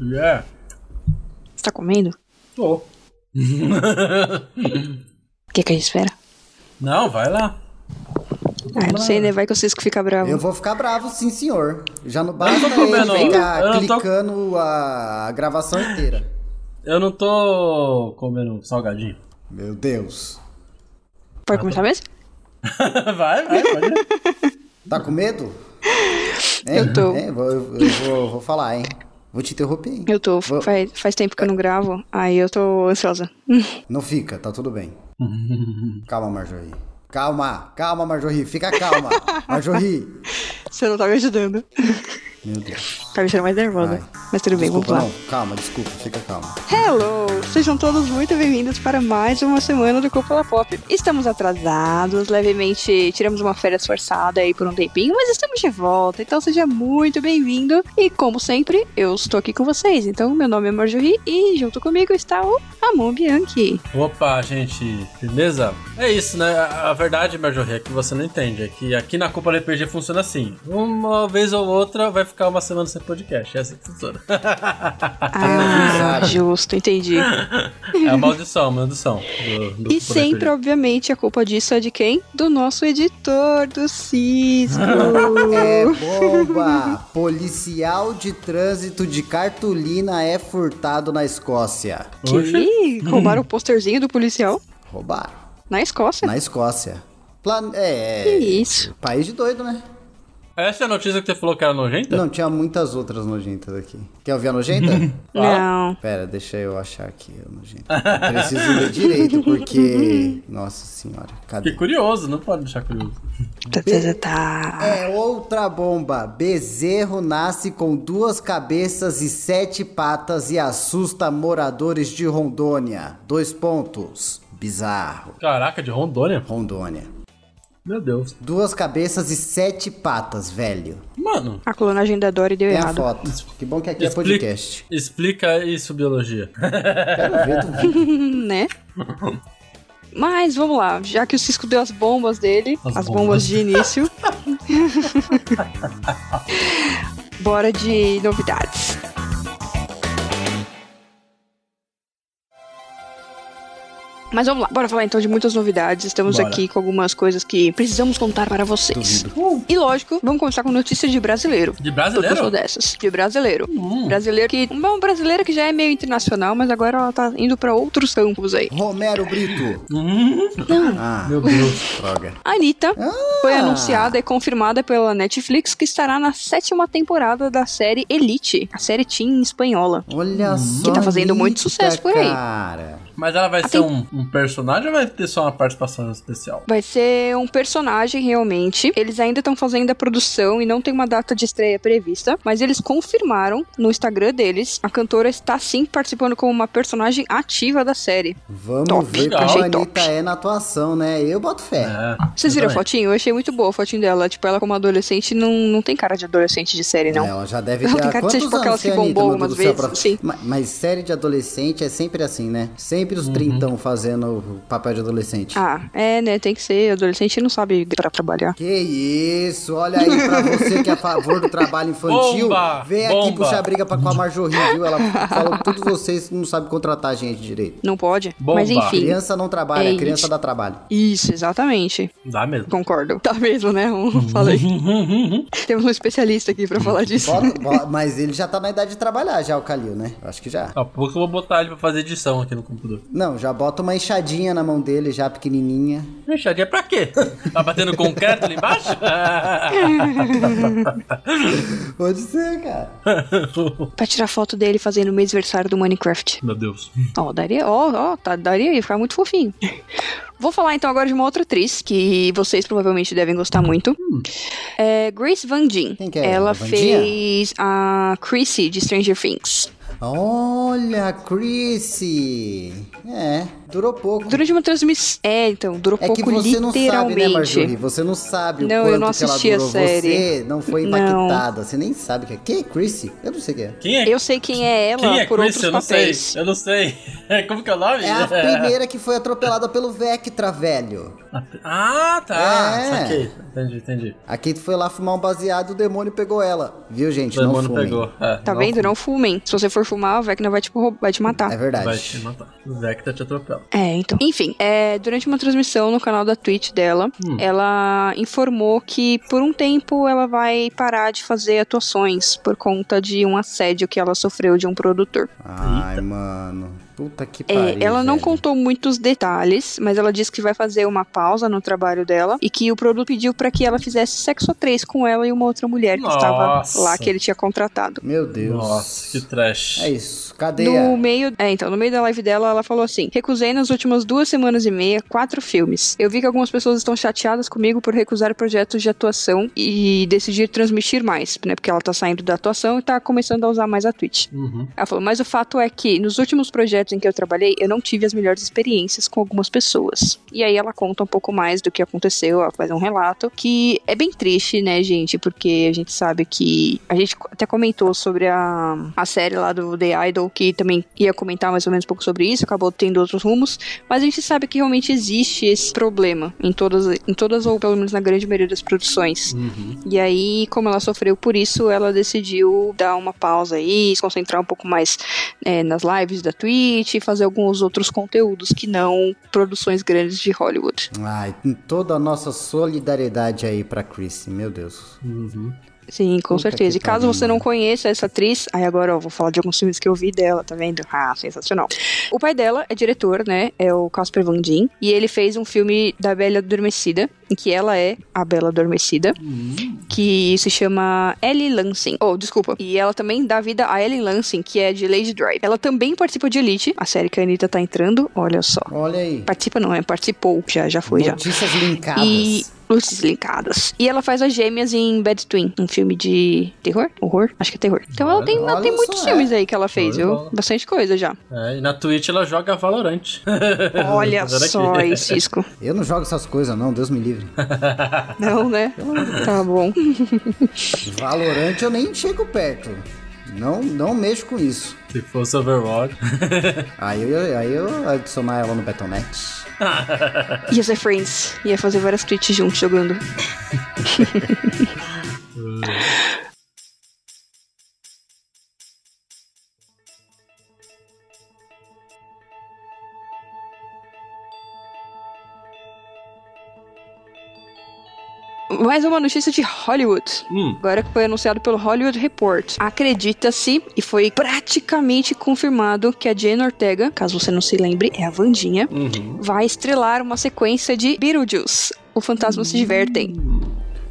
Yeah. Você tá comendo? Tô. O que, que a gente espera? Não, vai lá. Ah, eu não sei, né? Vai que o Cisco fica bravo. Eu vou ficar bravo, sim, senhor. Já não basta ele comendo, eu ficar não tô- clicando a, a gravação inteira. Eu não tô comendo salgadinho. Meu Deus. Pode começar mesmo? vai, vai, pode ir. Tá com medo? Eu tô. É, vou, eu, eu vou, vou falar, hein? Vou te interromper, hein? Eu tô. Vou- Faz, faz tempo que eu não gravo, aí eu tô ansiosa. Não fica, tá tudo bem. calma, Marjorie. Calma, calma, Marjorie. Fica calma. Marjorie. Você não tá me ajudando. Meu Deus. Tá me deixando mais nervosa. Ai. Mas tudo bem, vamos Desculpa, lá. não. Calma, desculpa. Fica calma. Hello! Sejam todos muito bem-vindos para mais uma semana do Cúpula Pop. Estamos atrasados, levemente tiramos uma férias forçada aí por um tempinho, mas estamos de volta, então seja muito bem-vindo. E como sempre, eu estou aqui com vocês. Então, meu nome é Marjorie e junto comigo está o Amon Bianchi. Opa, gente, firmeza? É isso, né? A a verdade, Marjorie, é que você não entende. É que aqui na Copa do RPG funciona assim. Uma vez ou outra vai ficar uma semana sem podcast. É assim que funciona. Ah, justo, entendi. É a maldição, a maldição. do- do Copa E do sempre, RPG. obviamente, a culpa disso é de quem? Do nosso editor, do Cisco. É bomba! Policial de trânsito de cartolina é furtado na Escócia. Oxe. que roubaram o posterzinho do policial Roubaram. na Escócia. Na Escócia. Plan... Que É. isso. País de doido, né? Essa é a notícia que você falou que era nojenta? Não, tinha muitas outras nojentas aqui. Quer ouvir a nojenta? Fala. Não. Pera, deixa eu achar aqui a nojenta. Eu Preciso ler direito, porque. Nossa senhora, Fiquei cadê? curioso, não pode deixar curioso. Tá, tá, tá, tá. É outra bomba. Bezerro nasce com duas cabeças e sete patas e assusta moradores de Rondônia. Dois pontos. Bizarro. Caraca, de Rondônia? Rondônia. Meu Deus. Duas cabeças e sete patas, velho. Mano, A clonagem da Dory deu Tem É a errado. foto. Que bom que aqui é Explica- podcast. explica isso, biologia. Quero ver, duvido. Hum, né? Mas vamos lá, já que o Cisco deu as bombas dele, As as, bombas. bombas. de início. Bora de novidades. Mas vamos lá, bora falar então de muitas novidades. Estamos Bora. aqui com algumas coisas que precisamos contar para vocês. E lógico, vamos começar com notícias de brasileiro. De Porque eu sou brasileiro? dessas, de brasileiro. Né? Hum. Brasileiro que. Bom, brasileira que já é meio internacional, mas agora ela tá indo pra outros campos aí. Romero Brito. Hum, Ah, meu Deus. droga. A Anitta Ah! foi anunciada e confirmada pela Netflix que estará na sétima temporada da série Elite, a série Teen espanhola. Olha só. tá fazendo muito Anitta, sucesso por aí. Cara. Mas ela vai Ah, ser tem- um, um personagem ou vai ter só uma participação especial? Vai ser um personagem realmente. Eles ainda estão fazendo a produção e não tem uma data de estreia prevista, mas eles confirmaram no Instagram deles, a cantora está sim participando como uma personagem ativa da série. Vamos Top. ver Legal. como a Achei top. Anitta é na atuação, né? Eu boto fé. É. eu Vocês viram a também. fotinho? Eu achei muito boa a fotinho dela. Tipo, ela como adolescente não, não tem cara de adolescente de série, É, não. Ela já deve Ela ter tem há cara de ser quantos tipo anos aquelas que a que bombou Anitta, meu umas Deus do céu, vezes, pra- sim. Ma- Mas, série de adolescente é sempre assim, né? Sempre Uhum. os trintão fazendo o papel de adolescente. Ah, é, né? Tem que ser. Adolescente não sabe pra trabalhar. Que isso, olha aí pra você que é a favor do trabalho infantil. Bomba, vem aqui bomba. puxar briga pra, com a Marjorie, viu? Ela falou que todos vocês não sabem contratar gente direito. Não pode. Bomba. Mas enfim. Criança não trabalha, É criança isso. dá trabalho. Isso, exatamente. Dá mesmo. Hum, Concordo. Tá mesmo, né? Um, falei. Temos um especialista aqui pra falar disso. Bota- bo- mas ele já tá na idade de trabalhar, já o Calil, né? Eu Acho que já. Daqui a pouco eu vou botar ele pra fazer edição aqui no computador. Não, já bota uma enxadinha na mão dele, já pequenininha. Enxadinha é pra quê? Tá batendo concreto ali embaixo? Pode ser, cara. Pra tirar foto dele fazendo o mês aniversário do Minecraft. Meu Deus. Ó, daria, ó, ó, tá, daria, ia ficar muito fofinho. Vou falar então agora de uma outra atriz que vocês provavelmente devem gostar muito. É Grace Van Dien. Hum. Quem que é? Ela Vandinha? fez a Chrissy de Stranger Things. Olha, Chrissy. É, Durou pouco. Durante uma transmissão. É, então, durou É que pouco, você não sabe, né, literalmente. Marjorie? Você não sabe o Não, eu quanto não assisti que a ela durou. Você série. não foi Não. impactada. Você nem sabe o que é. Quem é Chrissy? Eu não sei o que é. Quem é, eu sei quem é ela quem é por Chris? outros Eu não sei. papéis. Eu não sei. Como que é o nome? É a primeira que foi atropelada pelo Vectra, velho. Ah, tá. É. Saquei. Entendi, entendi. A Kate foi lá fumar um baseado, o demônio pegou ela. Viu, gente? O não demônio fumem. pegou. É. Tá Não vendo? fuma. Não fumem. Se você for fumar, o Vecna vai te, roubar- vai te matar. É verdade. Vai te matar. O Vector te atropela. É, então. Enfim, é, durante uma transmissão no canal da Twitch dela, ela informou que por um tempo ela vai parar de fazer atuações por conta de um assédio que ela sofreu de um produtor. Ai, mano. Puta que É, pariu. ela não velho. contou muitos detalhes, mas ela disse que vai fazer uma pausa no trabalho dela e que o produto pediu pra que ela fizesse sexo a três com ela e uma outra mulher que estava Nossa. lá que ele tinha contratado. Meu Deus. Nossa, que trash. É isso. Cadeia. No meio, é, então, no meio da live dela, ela falou assim: recusei nas últimas duas semanas e meia quatro filmes. Eu vi que algumas pessoas estão chateadas comigo por recusar projetos de atuação e decidir transmitir mais, né? Porque ela tá saindo da atuação e tá começando a usar mais a Twitch. Uhum. Ela falou, mas o fato é que nos últimos projetos em que eu trabalhei, eu não tive as melhores experiências com algumas pessoas. E aí ela conta um pouco mais do que aconteceu, ela faz um relato, que é bem triste, né, gente? Porque a gente sabe que. A gente até comentou sobre a, a série lá do The Idol, que também ia comentar mais ou menos um pouco sobre isso, acabou tendo outros rumos. Mas a gente sabe que realmente existe esse problema em todas, em todas ou pelo menos na grande maioria das produções. Uhum. E aí, como ela sofreu por isso, ela decidiu dar uma pausa aí, se concentrar um pouco mais é, nas lives da Twitch e fazer alguns outros conteúdos que não produções grandes de Hollywood. Ai, com toda a nossa solidariedade aí pra Chrissy. Meu Deus. Uhum. Sim, com Puta certeza. que E caso pariu, você não mano. conheça essa atriz, aí agora eu vou falar de alguns filmes que eu vi dela, tá vendo? Ah, sensacional. O pai dela é diretor, né? É o Casper Van Dien. E ele fez um filme da Bela Adormecida, em que ela é a Bela Adormecida. Hum. que se chama Ellie Lansing. Oh, desculpa. E ela também dá vida a Ellie Lansing, que é de Lady Drive. Ela também participa de Elite, a série que a Anitta tá entrando, olha só. Olha aí. Participa não, é participou, já, já foi, já. Notícias linkadas. é. E luzes linkadas. E ela faz as gêmeas em Bad Twin, um filme de terror? Horror? Acho que é terror. Então ela tem, ela Olha tem só, muitos é. filmes aí que ela fez, Show de viu? bola. Bastante coisa já. É, e na Twitch ela joga Valorant. Olha Tô vendo só aqui. aí, Cisco. Eu não jogo essas coisas, não. Deus me livre. Não, né? Tá bom. Valorante eu nem chego perto. Não, não mexo com isso. Se fosse Overwatch. Aí eu, aí eu adicionar ela no Battle.net. Ia ser Friends. Ia fazer várias tweets juntos jogando. Mais uma notícia de Hollywood. Hum. Agora que foi anunciado pelo Hollywood Report. Acredita-se, e foi praticamente confirmado, que a Jane Ortega, caso você não se lembre, é a Vandinha, Uhum. vai estrelar uma sequência de Beetlejuice. O fantasma se divertem. Hum.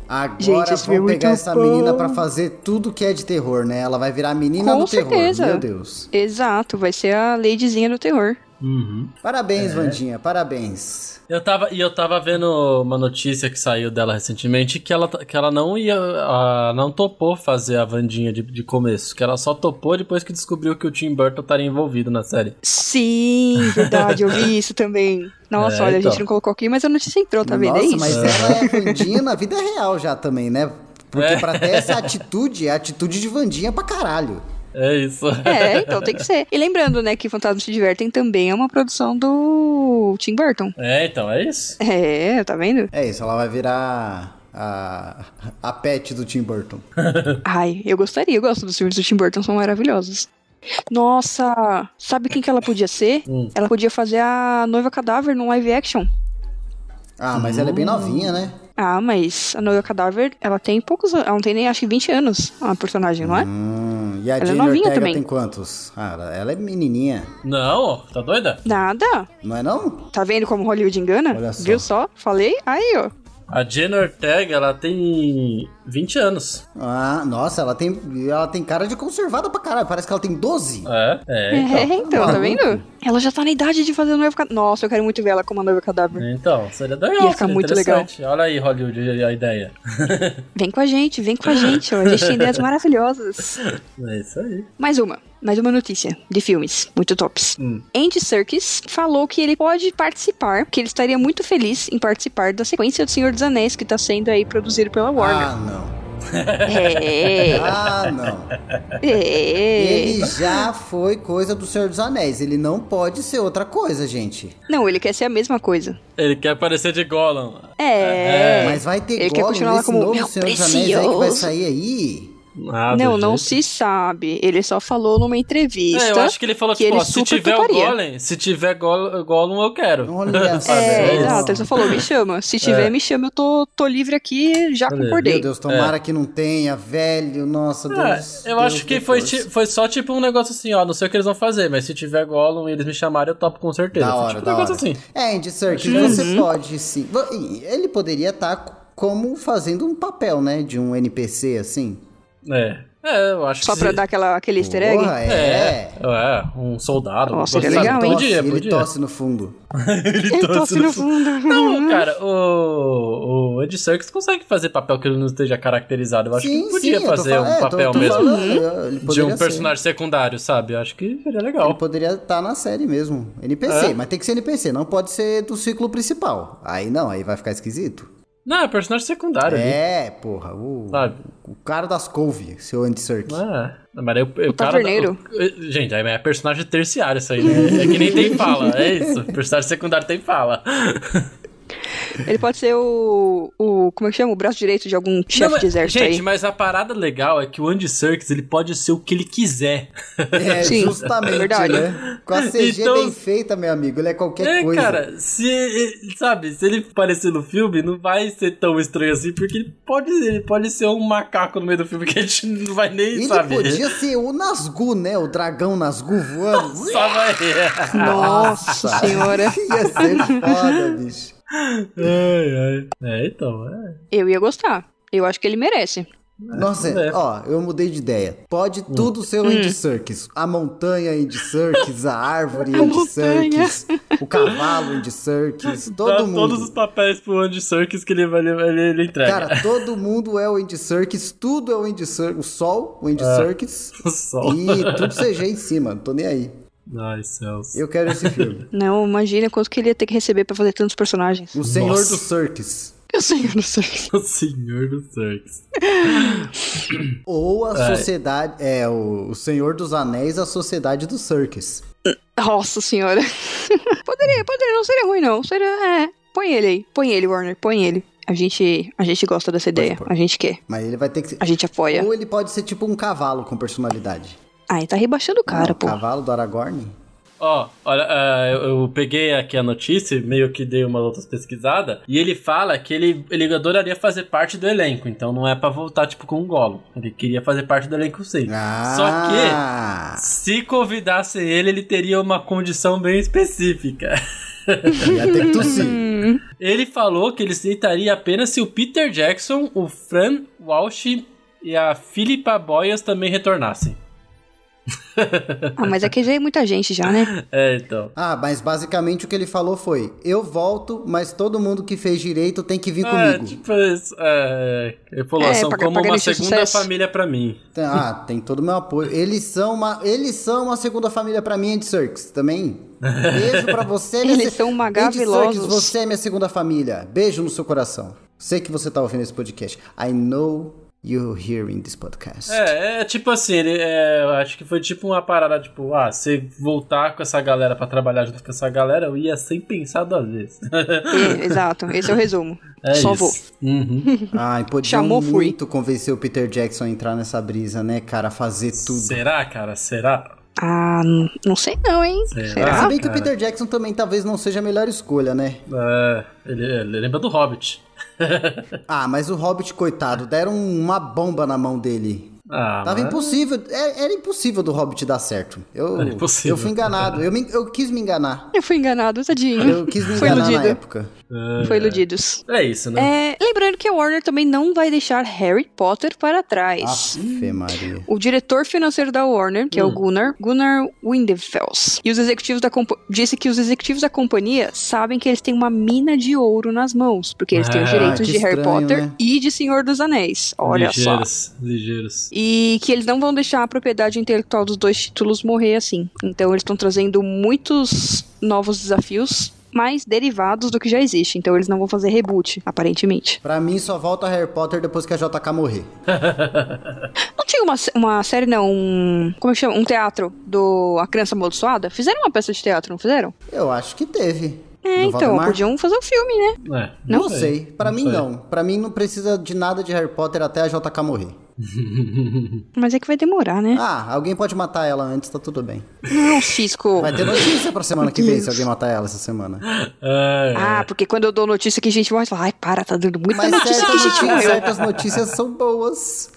Agora Gente, esse filme é vão muito pegar essa bom. menina pra fazer tudo que é de terror, né? Ela vai virar a menina Com do terror. certeza. Meu Deus. Exato, vai ser a ladyzinha do terror. Uhum. Parabéns, Vandinha. Parabéns. Eu tava, e eu tava vendo uma notícia que saiu dela recentemente que ela, que ela não ia. ah, não topou fazer a Vandinha de, de começo. Que ela só topou depois que descobriu que o Tim Burton estaria envolvido na série. Sim, verdade, eu vi isso também. Nossa, É, olha, a então. gente não colocou aqui, mas a notícia entrou, tá vendo? Nossa, é isso. mas ela é Vandinha na vida real já também, né? Porque É. pra ter essa atitude, é a atitude de Vandinha pra caralho. É isso. É, então tem que ser. E lembrando, né, que Fantasma se divertem também é uma produção do Tim Burton. É, então, é isso. É, tá vendo? É isso, ela vai virar a, a pet do Tim Burton. Ai, eu gostaria, eu gosto dos filmes do Tim Burton, são maravilhosos. Nossa, sabe quem que ela podia ser? Hum. Ela podia fazer a Noiva Cadáver num live action. Ah, mas ela é bem novinha, né? Ah, mas a Noiva Cadáver, ela tem poucos anos, ela não tem nem, acho que 20 anos, a personagem, não é? Uhum. Hum, e a Ela é Jane novinha Ortega também. tem quantos? Cara, ela é menininha. Não, tá doida? Nada. Não é não? Tá vendo como Hollywood engana? Olha só. Viu só? Falei? Aí, ó. A Jane Ortega, ela tem 20 anos. Ah, nossa, ela tem, ela tem cara de conservada pra caralho. Parece que ela tem 12. É, é, É, então. então, tá vendo? Ela já tá na idade de fazer o noivo cadáver. Nossa, eu quero muito ver ela como a noiva cadáver. Então, seria legal, Ia ficar seria muito interessante. Olha aí, Hollywood, aí a ideia. Vem com a gente, vem com a gente. ó. A gente tem ideias maravilhosas. É isso aí. Mais uma. Mais uma notícia de filmes, muito tops. Hum. Andy Serkis falou que ele pode participar, que ele estaria muito feliz em participar da sequência do Senhor dos Anéis, que tá sendo aí produzido pela Warner. Ah, não. Ah. É, Ah, não. é. Ele já foi coisa do Senhor dos Anéis. Ele não pode ser outra coisa, gente. Não, ele quer ser a mesma coisa. Ele quer aparecer de Gollum. É. Mas vai ter Ele quer Gollum continuar lá nesse como novo meu Senhor dos Anéis aí que vai precioso. sair aí? Ah, Nada, não, não gente. se sabe. Ele só falou numa entrevista. É, eu acho que ele falou, que tipo, ele ó, se super tiver toparia. o Golem, se tiver Gol- Gollum, eu quero. Olha né? só. É, Isso. exato. Ele só falou, me chama. Se tiver, me chama. Eu tô, tô livre aqui, já Beleza. concordei. É. Meu Deus, tomara que não tenha, velho. Nossa, Ah, Deus. É. eu Deus acho que me foi, força. ti- foi só tipo um negócio assim, ó. Não sei o que eles vão fazer, mas se tiver Gollum e eles me chamarem, eu topo com certeza. Da Foi hora, tipo um da hora. negócio assim. É, Andy Serkis, Uhum. você pode sim. Vo- e Ele poderia estar como fazendo um papel, né? De um NPC, assim. É. É, eu acho Só que. pra se- dar aquela, aquele easter egg. Porra, É, é. é, um soldado. Nossa, um seria soldado. legal, hein? Podia, Tosse, ele podia. tosse no fundo. Ele tosse no fundo. Uhum. Não, cara, o, o Andy Serkis consegue fazer papel que ele não esteja caracterizado. Eu acho que ele podia eu tô fazer fal- um é, tô- papel tô mesmo falando, ele de poderia um ser. personagem secundário, sabe? Eu acho que seria Ele legal. poderia estar na série mesmo. NPC, É. mas tem que ser NPC, não pode ser do ciclo principal. Aí não, aí vai ficar esquisito. Não, é personagem secundário ali, É, porra. O, sabe? o cara das couve, seu Andy Serkis. Ah, mas aí o, o, cara. taverneiro. o- gente, aí é personagem terciário isso aí, né? É que nem tem fala, é isso. Personagem secundário tem fala. Ele pode ser o, o. Como é que chama? O braço direito de algum Não, chefe mas- de exército gente, aí. mas a parada legal é que o Andy Serkis ele pode ser o que ele quiser. É, Sim, justamente, verdade. né? Com a CG Então- bem feita, meu amigo, ele é qualquer É, coisa. cara, se ele- sabe, se ele aparecer no filme, não vai ser tão estranho assim, porque ele pode, ele pode ser um macaco no meio do filme que a gente não vai nem Ele saber. podia ser o Nasgu, né? O dragão Nasgu voando. Só vai. Nossa senhora. Ia ser foda, bicho. ai, ai. É, então, é. Eu ia gostar. Eu acho que ele merece. Nossa, É. Hum. ó, eu mudei de ideia. Pode tudo ser o Andy Serkis. A montanha Andy Serkis, a árvore A Andy montanha. Serkis, o cavalo Andy Serkis, todo Dá mundo. Tá todos os papéis pro Andy Serkis que ele, vai- ele, ele, ele entrega. Cara, todo mundo é o Andy Serkis, tudo é o Andy Serkis, o sol, o É. Andy Serkis. o sol. E tudo CG em cima, não tô nem aí. Ai, céus. Eu quero esse filme. Não, imagina quanto que ele ia ter que receber pra fazer tantos personagens. O Senhor Nossa. do Serkis. Eu sei, eu não sei. O senhor do Serkis. Ou a Ai. Sociedade. É, o, o Senhor dos Anéis, a Sociedade do Serkis. Nossa senhora. poderia, poderia, não seria ruim, não. Seria. É. Põe ele aí. Põe ele, Warner. Põe ele. A gente, a gente gosta dessa ideia. pôr. A gente quer. Mas ele vai ter que ser. A gente apoia. Ou ele pode ser tipo um cavalo com personalidade. Ai, tá rebaixando o cara, Não, pô. Cavalo do Aragorn? Ó, olha, ah, eu, eu peguei aqui a notícia, meio que dei uma outra pesquisada, e ele fala que ele, ele adoraria fazer parte do elenco, então não é pra voltar, tipo, com o Golo. Ele queria fazer parte do elenco sim. Ah. Só que, se convidassem ele, ele teria uma condição bem específica. Só que. Ia ter que tossir. Hum, Ele falou que ele aceitaria apenas se o Peter Jackson, o Fran Walsh e a Philippa Boyas também retornassem. Ah, mas é que já é muita gente já, né? É, então. Ah, mas basicamente o que ele falou foi: eu volto, mas todo mundo que fez direito tem que vir É, comigo. tipo, isso, é, ele falou, É, são pra- como uma pra garantir segunda sucesso. família pra mim. Ah, tem todo o meu apoio. Eles são uma, eles são uma segunda família pra mim, Andy Serkis, também. Beijo pra você. minha Eles se- são uma Andy Serkis, gavilosos. você é minha segunda família. Beijo no seu coração. Sei que você tá ouvindo esse podcast. I know you're hearing this podcast. É, é tipo assim, ele, é, eu acho que foi tipo uma parada, tipo, ah, se voltar com essa galera pra trabalhar junto com essa galera, eu ia sem pensar duas vezes. É, exato. Esse é o resumo. É Só isso. vou. Uhum. Ai, podiam Chamou, fui. muito convencer o Peter Jackson a entrar nessa brisa, né, cara? Fazer tudo. Será, cara? Será? Ah, não, não sei não, hein? Será? Se Será? bem que o cara. Peter Jackson também talvez não seja a melhor escolha, né? É, ele, ele lembra do Hobbit. Ah, mas o Hobbit, coitado, deram uma bomba na mão dele. Ah, Tava mas- impossível, é- era impossível do Hobbit dar certo. Eu, Era impossível. eu fui enganado, eu, me- eu quis me enganar. Eu fui enganado, tadinho. Eu quis me Foi enganar na iludido. época. Ah, Foi iludidos. É isso, né? É, lembrando que a Warner também não vai deixar Harry Potter para trás. Afe Maria. O diretor financeiro da Warner, que é o Hum. Gunnar, Gunnar Windefels, e os executivos da compa- disse que os executivos da companhia sabem que eles têm uma mina de ouro nas mãos, porque eles têm os Ah, direitos que de Harry estranho, Potter né? e de Senhor dos Anéis. Olha só. ligeiros, ligeiros. E que eles não vão deixar a propriedade intelectual dos dois títulos morrer assim. Então eles estão trazendo muitos novos desafios, mas derivados do que já existe. Então eles não vão fazer reboot, aparentemente. Pra mim só volta Harry Potter depois que a JK morrer. Não tinha uma, sé- uma série, não, um. Como é que chama? Um teatro do A Criança Amaldiçoada? Fizeram uma peça de teatro, não fizeram? Eu acho que teve. É, Do então, Valdemar? podiam fazer um filme, né? É, Não, sei. Pra mim sei. não. Pra mim não precisa de nada de Harry Potter até a JK morrer. Mas é que vai demorar, né? Ah, alguém pode matar ela antes, tá tudo bem. Não, Cisco. Vai ter notícia pra semana que vem se alguém matar ela essa semana. É, Ah, porque quando eu dou notícia que a gente morre, fala, ai, para, tá dando muita Mas é notícia que a certas gente notícias, morreu. certas notícias são boas.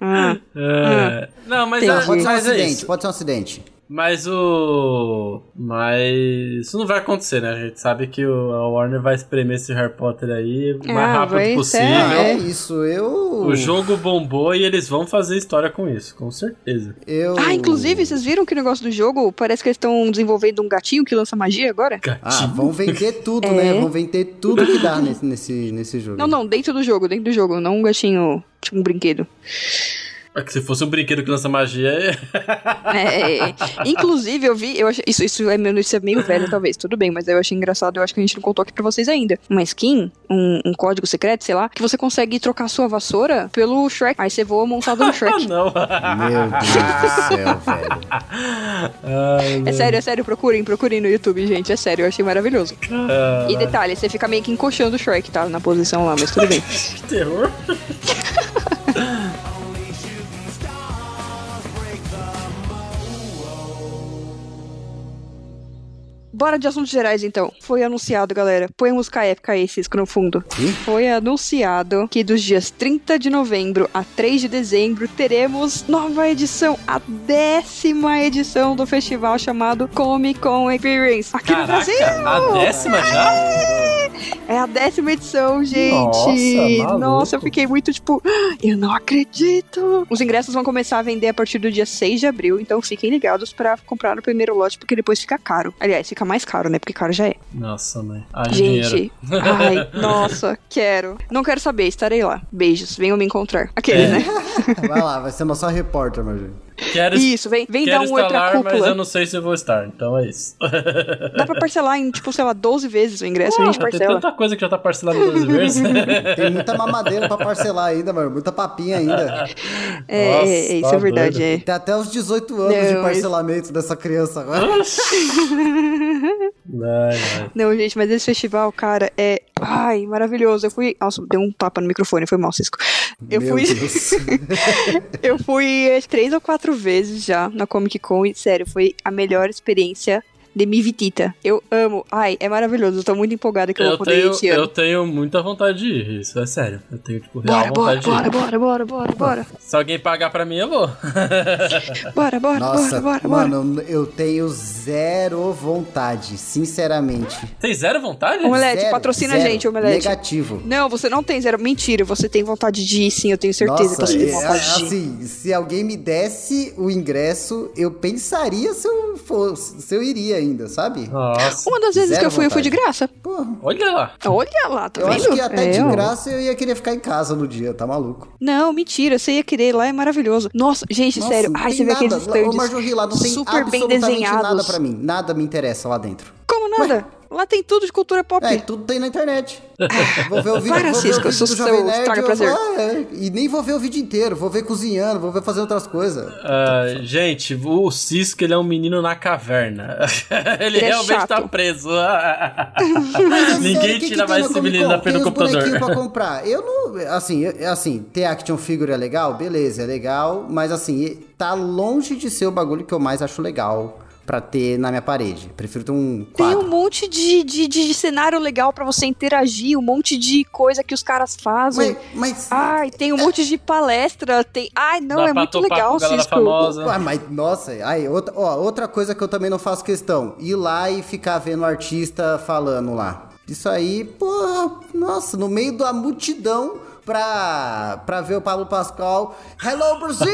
Ah, é. Não, mas, Entendi. é- Hum. Pode ser um mas é acidente, isso. pode ser um acidente. Mas o. Mas. Isso não vai acontecer, né? A gente sabe que o, a Warner vai espremer esse Harry Potter aí o mais Ah, vai rápido ser- possível. Ah, é isso, eu... Uhum. O jogo bombou e eles vão fazer história com isso, com certeza. Eu... Ah, inclusive, vocês viram que o negócio do jogo parece que eles estão desenvolvendo um gatinho que lança magia agora? Ah, Gatinho. vão vender tudo, É. né? Vão vender tudo que dá nesse, nesse, nesse jogo. Não, não, dentro do jogo, dentro do jogo, não um gatinho, tipo um brinquedo. Ah. É que se fosse um brinquedo que lança magia. é- É, é, é. Inclusive, eu vi, eu achei, isso, isso é meu notícia meio velha, talvez, tudo bem, mas eu achei engraçado, eu acho que a gente não contou aqui pra vocês ainda. Uma skin, um, um código secreto, sei lá, que você consegue trocar sua vassoura pelo Shrek. Aí você voa montado no Ah, Shrek. não. Meu Deus do céu, velho. Ai, É sério, é sério, procurem, procurem no YouTube, gente. É sério, eu achei maravilhoso. cara, E detalhe, você fica meio que encoxando o Shrek, tá? Na posição lá, mas tudo bem. que terror. Bora de assuntos gerais, então. Foi anunciado, galera. Põe música épica aí, Cisco, no fundo. Ih. Foi anunciado que dos dias 30 de novembro a 3 de dezembro teremos nova edição, a décima edição do festival chamado Comic Con Experience. Aqui no Caraca, Brasil! a décima já? É a décima edição, gente. Nossa, maluco. Nossa, eu fiquei muito tipo, "Ah, eu não acredito. Os ingressos vão começar a vender a partir do dia 6 de abril, então fiquem ligados pra comprar o primeiro lote, porque depois fica caro. Aliás, fica mais caro, né? Porque caro já é. Nossa, mãe. Ai, É dinheiro. Gente, ai, nossa, quero. Não quero saber, estarei lá. Beijos, venham me encontrar. Aqueles, É. né? Vai lá, vai ser nossa repórter, meu gente. Quero, Isso, vem, vem dar quero um Ah, oi pra instalar, mas eu cúpula. não sei se eu vou estar. Então é isso. Dá pra parcelar em, tipo, sei lá, 12 vezes o ingresso, a gente Porra, tem parcela. tanta coisa que já tá parcelada em duas vezes. Tem muita mamadeira pra parcelar ainda, mano. Muita papinha ainda. É, Nossa, é, é, isso tá é verdade, doido. é. Tem até os 18 anos Não, de isso- parcelamento dessa criança agora. Ai, ai. Não, gente, mas esse festival, cara, é. Ai, maravilhoso. Eu fui. Nossa, deu um tapa no microfone, foi mal, Cisco. Eu Meu fui. Deus. Eu fui eh, três ou quatro vezes já na Comic Con e, sério, foi a melhor experiência de mi vitita. Eu amo. Ai, é maravilhoso. Eu tô muito empolgada que eu, Eu vou poder ir tenho, esse ano. eu tenho muita vontade de ir, isso é sério. Eu tenho, tipo, real Bora, bora, vontade de ir. bora, bora, bora, bora, bora. Se alguém pagar pra mim, eu vou. Bora, bora, Nossa, bora, bora, bora. mano, eu tenho zero vontade, sinceramente. Tem zero vontade? Omelete, Zero, patrocina zero. a gente, Omelete. Negativo. Não, você não tem zero. Mentira, você tem vontade de ir, sim, eu tenho certeza que Nossa, você tem é, vontade de ir. assim, se alguém me desse o ingresso, eu pensaria se eu fosse, se eu iria ainda, sabe? Nossa. Uma das vezes Zero que eu fui, eu fui de vontade. graça. Porra. Olha lá. Olha lá, tá Eu vendo? acho que até de É, ó. graça eu ia querer ficar em casa no dia, tá maluco? Não, mentira, você ia querer, lá é maravilhoso. Nossa, gente, Nossa, sério. não Ai, tem você vê nada. aqueles Ô, estandes Marjorie, lá não tem super bem absolutamente nada desenhados. pra mim. Nada me interessa lá dentro. Como nada? Lá tem tudo de cultura pop. É, tudo tem na internet. Vou ver o vídeo, Para, vou ver Cisco, o vídeo sou do seu Jovem Nerd, estraga eu prazer. falo, ah, é. E nem vou ver o vídeo inteiro, vou ver cozinhando, vou ver fazendo outras coisas. Ah, gente, o Cisco ele é um menino na caverna. ele, Ele é realmente chato. tá preso. Mas é sério, Ninguém o que que tira mais tem na esse Comic menino Con? da frente do Tem os bonequinhos computador. pra comprar. Eu não... Assim, eu- assim, ter action figure é legal? Beleza, é legal. Mas assim, tá longe de ser o bagulho que eu mais acho legal pra ter na minha parede. Prefiro ter um Tem quadro. um monte de, de, de- de cenário legal pra você interagir, um monte de coisa que os caras fazem. Mas... mas... Ai, tem um monte de palestra, tem. Ai, não, Dá é pra muito topar legal, com galera Cisco. famosa. Ah, mas nossa, aí, outra, ó, outra coisa que eu também não faço questão: ir lá e ficar vendo o artista falando lá. Isso aí, porra, nossa, no meio da multidão pra, pra ver o Pablo Pascal. Hello, Brasil!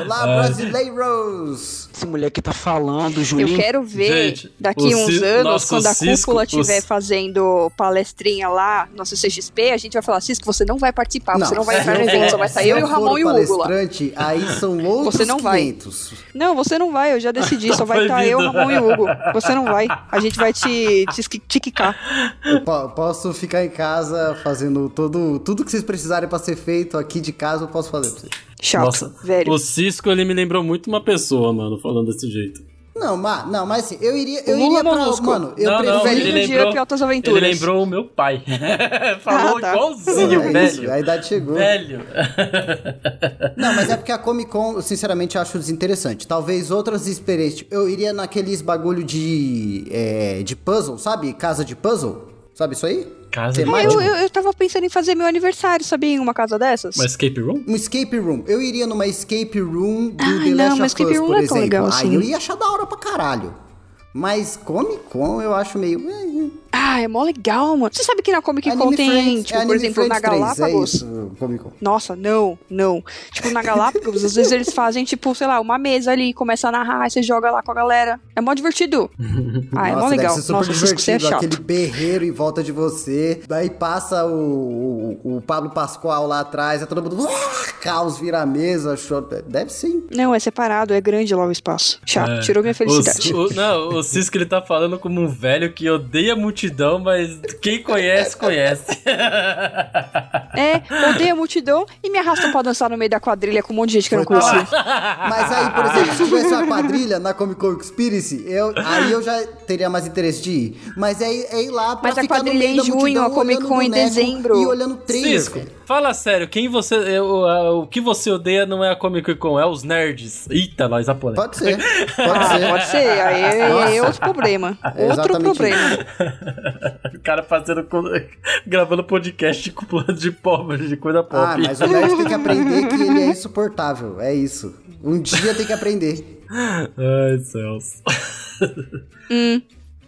Olá, brasileiros! Esse moleque tá falando, Eu Julinho. quero ver Gente, daqui o uns Cis- anos, nossa, quando a o Cisco- cúpula o estiver Cis- fazendo palestrinha lá no CCXP, a gente vai falar, Cisco, você não vai participar, você não vai entrar no evento, só vai sair eu e o Ramon e o Hugo lá. palestrante, Aí são outros Você não vai. 500. Não, você não vai, eu já decidi, só vai estar eu, Proibido. Ramon e o Hugo. Você não vai, a gente vai te, te, esqui- te quicar. Eu po- posso ficar em casa fazendo todo, tudo que vocês precisarem pra ser feito aqui de casa, eu posso fazer pra vocês. Chato, Nossa, velho. o Cisco ele me lembrou muito uma pessoa, mano, falando desse jeito. Não, mas, não, mas assim, eu iria, O eu Lula iria pra... Molusco. Mano, eu Não, não, prefiro... Velhinho ele de lembrou- Up e Altas Ele Aventuras. lembrou o meu pai. Falou Ah, tá. igualzinho, É isso, um velho. a idade chegou. Velho. Não, mas é porque a Comic Con, eu, sinceramente, eu acho desinteressante. Talvez outras experiências. Eu iria naqueles bagulho de. é, de puzzle, sabe? Casa de puzzle. Sabe isso aí? Casa de Ah, Temático. eu, eu, eu tava pensando em fazer meu aniversário, sabia, em uma casa dessas? Uma escape room? Um escape room. Eu iria numa escape room do Ai, The não, Last mas of escape Us, room por não é tão exemplo. legal assim. Aí eu ia achar da hora pra caralho. Mas Comic Con eu acho meio. é, Ah, é mó legal, mano. Você sabe que na Comic é. Con Anime tem, Friends- tipo, é por Anime exemplo, na Friends 3, Galápagos... É isso, Comic Con. Nossa, não, não. Tipo, na Galápagos, às vezes eles fazem, tipo, sei lá, uma mesa ali, começa a narrar, aí você joga lá com a galera. É mó divertido. Ah, é mó Nossa, legal. deve ser super Nossa, Cisco, você é divertido, chato. aquele berreiro em volta de você. Daí passa o, o, o Pablo Pascoal lá atrás, é todo mundo... "Ah", caos, vira a mesa, chora. Deve ser... Não, é separado, é grande lá o espaço. Chato, É. tirou minha felicidade. O, o, não, o Cisco ele tá falando como um velho que odeia a multidão, mas quem conhece, conhece. É, odeio a multidão e me arrastam pra dançar no meio da quadrilha com um monte de gente que eu não Foi pra conhecia. Mas aí, por exemplo, se tivesse uma quadrilha na Comic Con Experience, eu, aí eu já teria mais interesse de ir. Mas é, é ir lá pra Mas a ficar no quadrilha meio é em da junho, multidão, a Comic olhando Con em boneco dezembro. E olhando trailer. Cisco, velho. fala sério, quem você. eu, a- o que você odeia não é a Comic Con, é os nerds. Eita, nós a polêmica. Pode ser, pode Ah, ser. pode ser, aí é, é outro problema. É outro exatamente problema. O cara fazendo. co- gravando podcast com plano de pobre, de coisa pop. Ah, mas o nerd tem que aprender que ele é insuportável, é isso. Um dia tem que aprender. Ai, céus.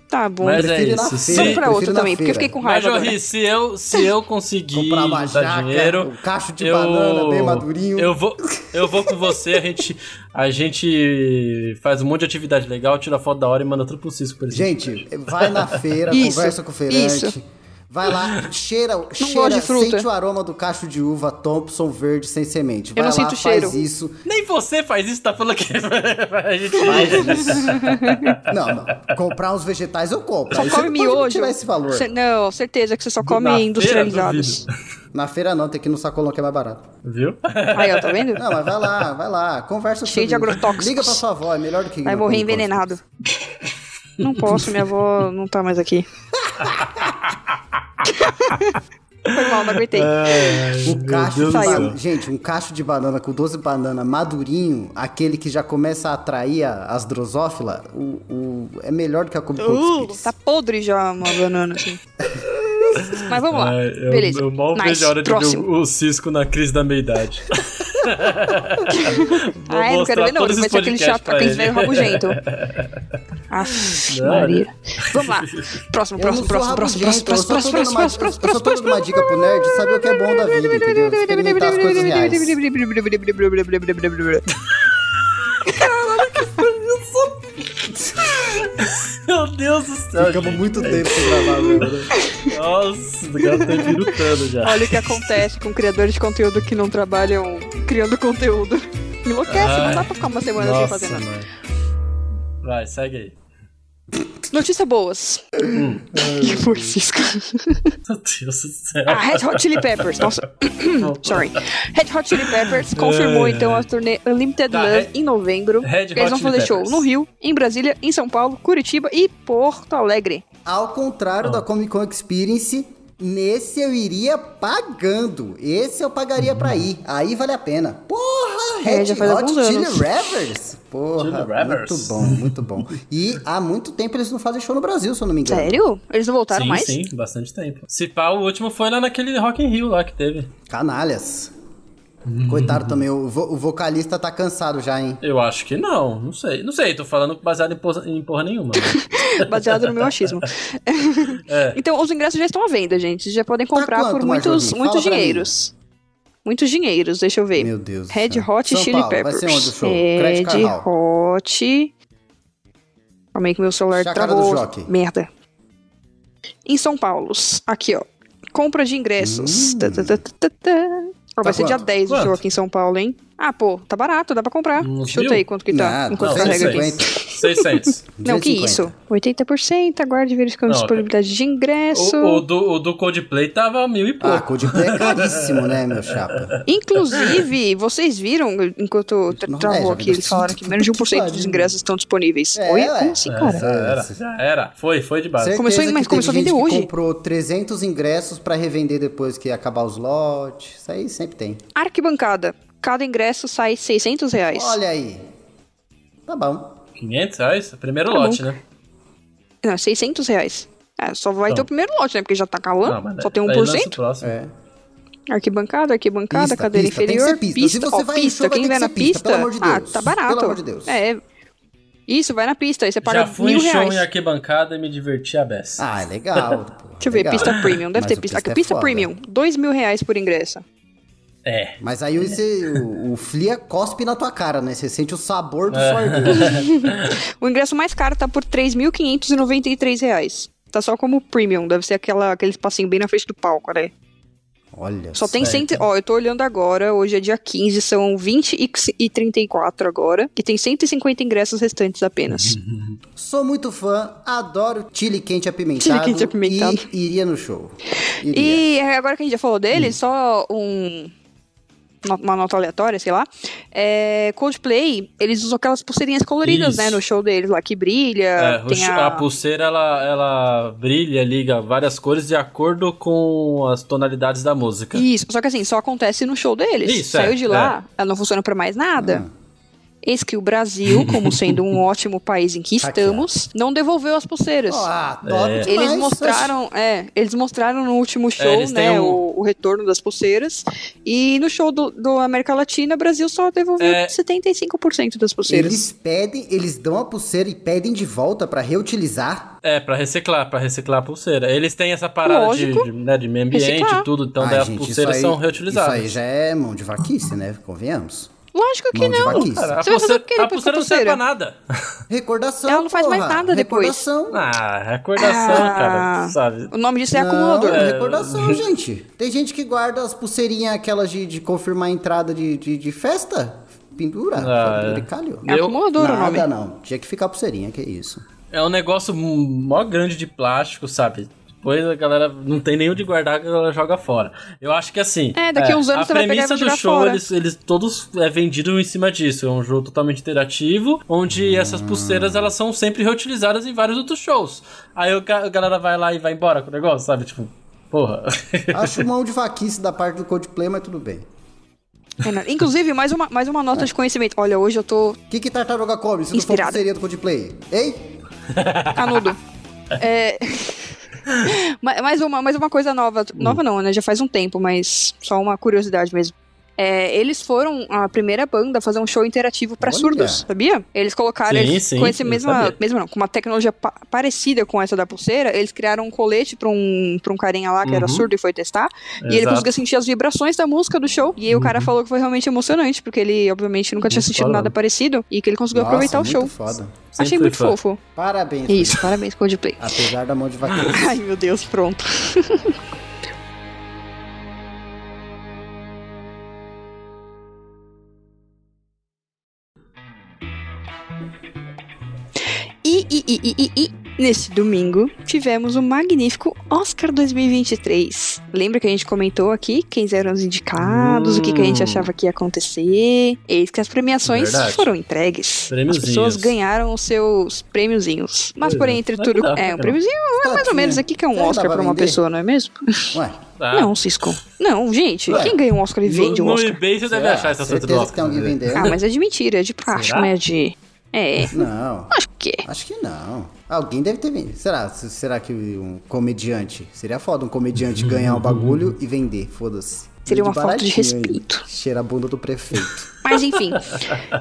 Tá bom. Mas é prefiro na isso. feira. Se, Vamos pra outra prefiro na também, porque eu fiquei feira. com mas, raiva. ô, agora. Ri, se eu, se eu conseguir Comprar uma dar jaca, dinheiro. um cacho de eu- banana bem madurinho. Eu vou, eu vou com você, a gente, a gente faz um monte de atividade legal, tira foto da hora e manda tudo pro Cisco, por exemplo. Gente, vai na feira, Isso, conversa com o feirante. isso. Vai lá, cheira, gosto cheira de fruta. sente o aroma do cacho de uva Thompson verde sem semente. Vai não lá, sinto faz cheiro. isso. Nem você faz isso, tá falando que a gente Faz isso. não, não. Comprar uns vegetais eu compro. Só Aí come você não pode miojo. é tirar esse valor. Cê- não, certeza que você só come Na feira, industrializados. Na feira não, tem que ir no sacolão que é mais barato. Viu? Aí, ó, tá vendo? Não, mas vai lá, vai lá, conversa Cheio de sobre isso. agrotóxicos. Liga pra sua avó, é melhor do que... Vai no morrer Comic Con. envenenado. Não posso, minha avó não tá mais aqui. Foi mal, não aguentei. Um cacho Deus de do céu. banana. Gente, um cacho de banana com 12 bananas madurinho, aquele que já começa a atrair a- as drosófilas, o, o- é melhor do que a Comic Con Experience. Tá podre já uma banana, assim. Mas vamos lá. Ai, É, eu, Beleza. eu mal nice. vejo a hora de ver Próximo. o, o Cisco na crise da meia-idade. Vou Ah, eu não quero mostrar ver, não. todos Ele vai os ser aquele podcasts chato, pra aquele ele. velho rabugento. Aff, Não, né? Maria. Vamos lá. Próximo, Eu próximo, não sou próximo, próximo, rabugento, próximo, eu só próximo, tô dando próximo, próximo, uma- próximo, Eu só tô próximo. dando uma dica pro nerd saber o que é bom da vida, entendeu? Experimentar as coisas reais. Meu Deus do céu. Ficamos gente. muito tempo sem gravar, né? mano. Nossa, o cara tá virutando já. Olha o que acontece com criadores de conteúdo que não trabalham criando conteúdo. Enlouquece, não dá pra ficar uma semana sem fazer nada. mano. Vai, segue aí. Notícias boas. Hum. Que foi, Cisco? Meu Deus do céu. Ah, Red Hot Chili Peppers. Nossa, sorry. Red Hot Chili Peppers confirmou É. então a turnê Unlimited Tá, Love Red- em novembro. Red Eles vão Hot Chili fazer show Peppers. no Rio, em Brasília, em São Paulo, Curitiba e Porto Alegre. Ao contrário Ah. da Comic Con Experience, nesse eu iria pagando. Esse eu pagaria pra ir. Aí vale a pena. Porra! Uhum. É, Red já faz Hot alguns Chili anos. Ravers. Porra, Chili Ravers. muito bom, muito bom. E há muito tempo eles não fazem show no Brasil, se eu não me engano. Sério? Eles não voltaram sim, mais? sim, bastante tempo. Se pá, o último foi lá naquele Rock in Rio lá que teve. Canalhas. Coitado também, o, vo- o vocalista tá cansado já, hein? Eu acho que não, não sei. Não sei, tô falando baseado em, po- em porra nenhuma. né? Baseado no meu achismo. É. Então, os ingressos já estão à venda, gente. Vocês já podem Tá comprar quanto, por muitos, Marjorie? muitos Fala pra mim. dinheiros. Muitos dinheiros, deixa eu ver. Meu Deus. do Red céu. Hot São Chili Paulo, Peppers. Vai ser onde o show? Crédito Red Canal. Hot. Calma aí que meu celular Chácara do travou. Jockey. Merda. Em São Paulo. Aqui, ó. Compra de ingressos. Hum. Tá, tá, tá, tá, tá, tá. Ó, Tá vai ser dia quanto? 10 o Quanto? show aqui em São Paulo, hein? Ah, pô, tá barato, dá pra comprar. Uns Chuta mil? aí quanto que tá. Nada, enquanto não, carrega aqui. 600. 600. Não, que 250. isso? 80%, aguarde verificando Não, disponibilidade de ingresso. O, o do, o do Coldplay tava mil e Ah, pouco. Coldplay é caríssimo, né, meu chapa? é. Inclusive, vocês viram, enquanto tra- Não, é, travou já aqui, vi. eles falaram que menos de 1% dos ingressos estão disponíveis. É, Oi? ué. Como assim, É, cara? já era, já era. Foi, foi de base. Certeza Começou em- que mas teve começou a gente vender que hoje. comprou 300 ingressos pra revender depois que acabar os lotes. Isso aí sempre tem. Arquibancada. Cada ingresso sai 600 reais. Olha aí. Tá bom. 500 reais? Primeiro Tá lote, né? Não, 600 reais. É, só vai Então. ter o primeiro lote, né? Porque já tá calando. só tem daí lança o 1%. próximo. É. Arquibancada, arquibancada, Pista, cadeira pista, tem que inferior. ser pista. Se você ó, vai em show, vai quem ter que vai na ser pista, pista. pelo amor de Deus. Ah, tá barato. Pelo amor de Deus. É. Isso, vai na pista. Aí você paga Já fui mil em show reais. em arquibancada e me diverti a beça. Ah, é legal. pô, Deixa eu ver, legal. pista premium. Deve Mas ter o pista. Aqui, é pista foda. premium. Dois mil reais por ingresso. É. Mas aí você- o, o Flia cospe na tua cara, né? Você sente o sabor do É. sorvete. O ingresso mais caro tá por 3.593 reais. Tá só como premium, deve ser aquela, aquele espacinho bem na frente do palco, né? Olha Só tem Certo. cento, ó, eu tô olhando agora, hoje é dia 15, são 20 e c- e 34 agora, e tem 150 ingressos restantes apenas. Sou muito fã, adoro chile quente apimentado. Chile quente apimentado. E iria no show. Iria. E é, agora que a gente já falou dele, só um no- uma nota aleatória, sei lá. É, Coldplay, eles usam aquelas pulseirinhas coloridas, Isso. né, no show deles lá que brilha, É, o tem chu- a, a... pulseira ela, ela brilha, liga várias cores de acordo com as tonalidades da música. Isso, só que assim, só acontece no show deles. Isso, é, Saiu Ah. de lá, ela não funciona pra mais nada. Eis que o Brasil, como sendo um ótimo país em que Tá estamos, não devolveu as pulseiras. Ah, top É. demais. Eles mostraram, é, eles mostraram no último show, eles têm né, um- o, o retorno das pulseiras. E no show do, do América Latina, o Brasil só devolveu É. 75% das pulseiras. Eles pedem, eles dão a pulseira e pedem de volta pra reutilizar. É, pra reciclar, pra reciclar a pulseira. Eles têm essa parada de, Lógico. de, né, de meio ambiente Reciclar. e tudo, então Ai, daí as gente, isso pulseiras aí- são reutilizadas. Isso aí já é mão de vaquice, né? Convenhamos. Lógico que Mão de não. vaquice. Cara, a Você vai fazer pulseira, o quê a depois pulseira com a não serve pulseira? pra nada. Recordação, Ela não faz mais porra. nada depois. Recordação. Ah, recordação, Ah. cara, sabe? O nome disso é Não, acumulador. é recordação, gente. Tem gente que guarda as pulseirinhas, aquelas de, de confirmar a entrada de, de, de festa. Pendura, Ah, é. pendura e calho. É Eu- acumulador o nome. Nada não, tinha que ficar a pulseirinha, que isso. É um negócio mó grande de plástico, sabe? Depois a galera não tem nenhum de guardar, a galera joga fora. Eu acho que assim. É, daqui a uns anos a você vai pegar e premissa vai jogar do show, fora. Eles, eles todos é vendido em cima disso. É um jogo totalmente interativo, onde essas pulseiras elas são sempre reutilizadas em vários outros shows. Aí o ca- a galera vai lá e vai embora com o negócio, sabe? Tipo, porra. Acho mão de vaquice da parte do Coldplay, mas tudo bem. É nada. Inclusive, mais uma, mais uma É. nota de conhecimento. Olha, hoje eu tô O que, que tartaruga come se não Inspirada. for pulseirinha do Coldplay? Ei? Canudo. É... Ma- mais, uma, mais uma coisa nova. Hum. Nova não, né? Já faz um tempo, mas só uma curiosidade mesmo. É, eles foram a primeira banda a fazer um show interativo pra Olha. surdos, sabia? Eles colocaram Sim, eles- sim, com esse eu mesma, sabia. mesmo não, com uma tecnologia pa- parecida com essa da pulseira, eles criaram um colete pra um, pra um carinha lá que era Uhum. surdo e foi testar, e ele Exato. Uhum. conseguia sentir as vibrações da música do show. E aí o cara falou que foi realmente emocionante, porque ele obviamente nunca tinha Muito sentido foda, nada né? parecido e que ele conseguiu Nossa, aproveitar o muito show. foda. Sempre Achei fui muito fã. fofo. Parabéns. Isso, parabéns Coldplay. Apesar da mão de vaquice. Ai, meu Deus, pronto. E, e, e, e, e, e, nesse domingo, tivemos o magnífico Oscar 2023. Lembra que a gente comentou aqui quem eram os indicados, o que, que a gente Hum. achava que ia acontecer? Eis que as premiações Verdade. foram entregues. As Prêmiozinhos. pessoas ganharam os seus prêmiozinhos. Mas, Pois porém, é. entre Mas tudo. dá pra É, um não. prêmiozinho mais ou menos aqui que é um Tá Será que dá Oscar pra pra uma vender? pessoa, não é mesmo? Ué, Ah, Não, Cisco. Não, gente, Ué. quem ganha um Oscar e vende no, um no Oscar? eBay você deve será? achar né? essa certeza do que tem alguém Oscar. vendendo. Ah, mas é de mentira, é de plástico, Será? né? De. É. Não. Acho que quê? Acho que não. Alguém deve ter vendido. Será? Será que um comediante? Seria foda um comediante ganhar um bagulho e vender. Foda-se. Seria uma Vende falta de baratinho ainda. respeito. Cheira a bunda do prefeito. Mas enfim,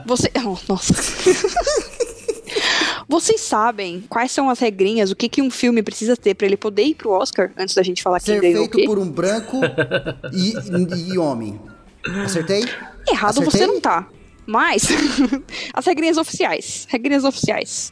você. Oh, nossa. Vocês sabem quais são as regrinhas, o que, que um filme precisa ter pra ele poder ir pro Oscar antes da gente falar Ser quem ganhou o feito quê? por um branco e, e homem. Acertei? Errado Acertei? você não tá. Mas, as regrinhas oficiais. Regrinhas oficiais.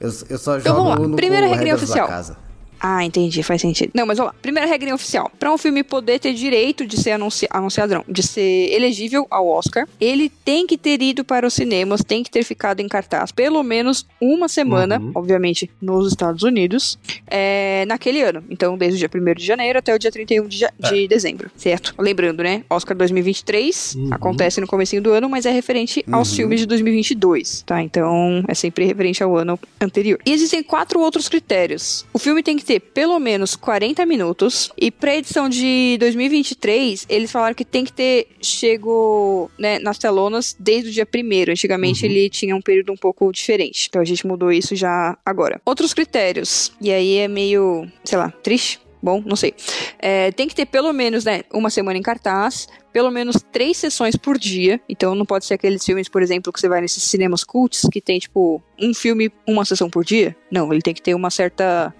Eu, eu só jogo Então vamos lá. no Primeira Google regrinha Regras da oficial. Casa. Ah, entendi, faz sentido. Não, mas vamos lá. Primeira regrinha oficial. Pra um filme poder ter direito de ser anunci... anunciado, não, de ser elegível ao Oscar, ele tem que ter ido para os cinemas, tem que ter ficado em cartaz pelo menos uma semana, Uhum. obviamente nos Estados Unidos, é, naquele ano. Então, desde o dia 1 de janeiro até o dia 31 de, ja- É. de dezembro, certo? Lembrando, né? Oscar 2023 Uhum. acontece no comecinho do ano, mas é referente aos Uhum. filmes de 2022, tá? Então, é sempre referente ao ano anterior. E existem quatro outros critérios. O filme tem que ter pelo menos 40 minutos e pra edição de 2023, eles falaram que tem que ter chego, né, nas telonas desde o dia 1 Antigamente Uhum. ele tinha um período um pouco diferente. Então a gente mudou isso já agora. Outros critérios. E aí é meio, sei lá, triste. Bom, não sei. É, tem que ter pelo menos, né, uma semana em cartaz, pelo menos três sessões por dia. Então não pode ser aqueles filmes, por exemplo, que você vai nesses cinemas cults que tem, tipo, um filme, uma sessão por dia. Não, ele tem que ter uma certa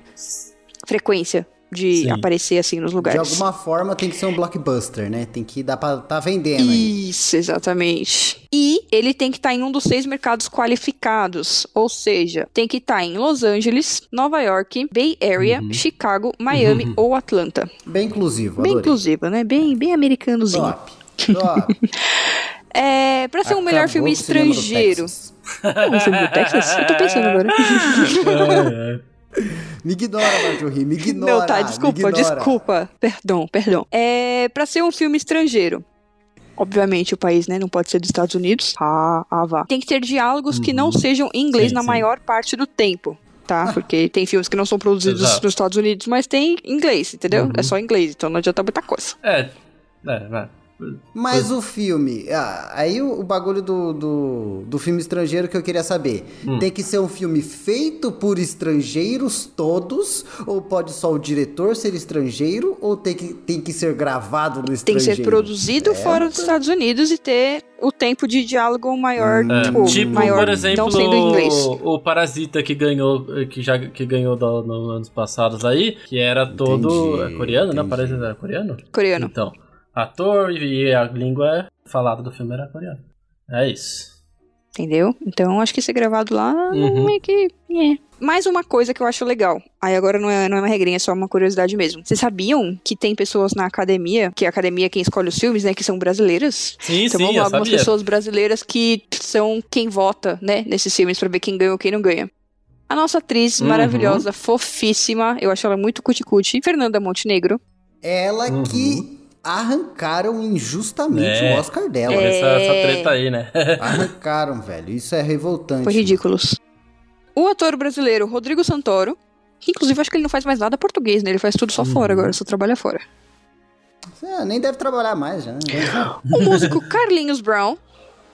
frequência de Sim. aparecer assim nos De lugares. alguma forma tem que ser um blockbuster, né? Tem que dar pra tá vendendo aí. Isso, exatamente. E ele tem que estar em um dos seis mercados qualificados, ou seja, tem que estar em Los Angeles, Nova York, Bay Area, Uhum. Chicago, Miami Uhum. ou Atlanta. Bem inclusivo, Bem adorei. É. inclusiva, né? Bem, bem americanozinho. Top. Top. É, pra ser um melhor Acabou filme com o cinema do estrangeiro. Texas. Não, um filme do Texas? Eu tô pensando agora. É, é. Me ignora, Marjorie, me ignora. Não, tá, me desculpa, ignora. desculpa. Perdão, perdão. É pra ser um filme estrangeiro. Obviamente, o país, né, não pode ser dos Estados Unidos. Ah, ah vá. Tem que ter diálogos que Uhum. não sejam em inglês Sim, na sim. maior parte do tempo, Ah. tá? Porque tem filmes que não são produzidos Exato. nos Estados Unidos, mas tem em inglês, entendeu? Uhum. É só em inglês, então não adianta muita coisa. É, é, vai. Mas o filme, ah, aí o, o bagulho do, do, do filme estrangeiro que eu queria saber. Tem que ser um filme feito por estrangeiros todos? Ou pode só o diretor ser estrangeiro? Ou tem que, tem que ser gravado no Tem que estrangeiro? ser produzido É, fora dos Estados Unidos e ter o tempo de diálogo maior, Hum. tipo, Tipo, maior, por exemplo, não sendo em inglês. o Parasita que ganhou, eh, que já que ganhou do- nos anos passados aí, que era todo Entendi, é coreano, né? entendi. Parasita era coreano? Coreano. Então, ator e a língua é falada do filme era coreano. É isso. Entendeu? Então acho que ser gravado lá Uhum. meio que. é. Mais uma coisa que eu acho legal. Aí agora não é, não é uma regrinha, é só uma curiosidade mesmo. Vocês sabiam que tem pessoas na academia, que a academia é quem escolhe os filmes, né? Que são brasileiras? Sim, então sim, vamos lá, eu algumas sabia. pessoas brasileiras que são quem vota, né, nesses filmes pra ver quem ganha ou quem não ganha. A nossa atriz Uhum. maravilhosa, fofíssima, eu acho ela muito cuticute, Fernanda Montenegro. Ela Uhum. que arrancaram injustamente É. o Oscar dela. Porra, Essa, essa É. treta aí, né? Arrancaram, velho. Isso é revoltante. Foi ridículos. O ator brasileiro Rodrigo Santoro, que inclusive acho que ele não faz mais nada português, né? Ele faz tudo só fora Uhum. agora, só trabalha fora. É, nem deve trabalhar mais já. né? É, O músico Carlinhos Brown,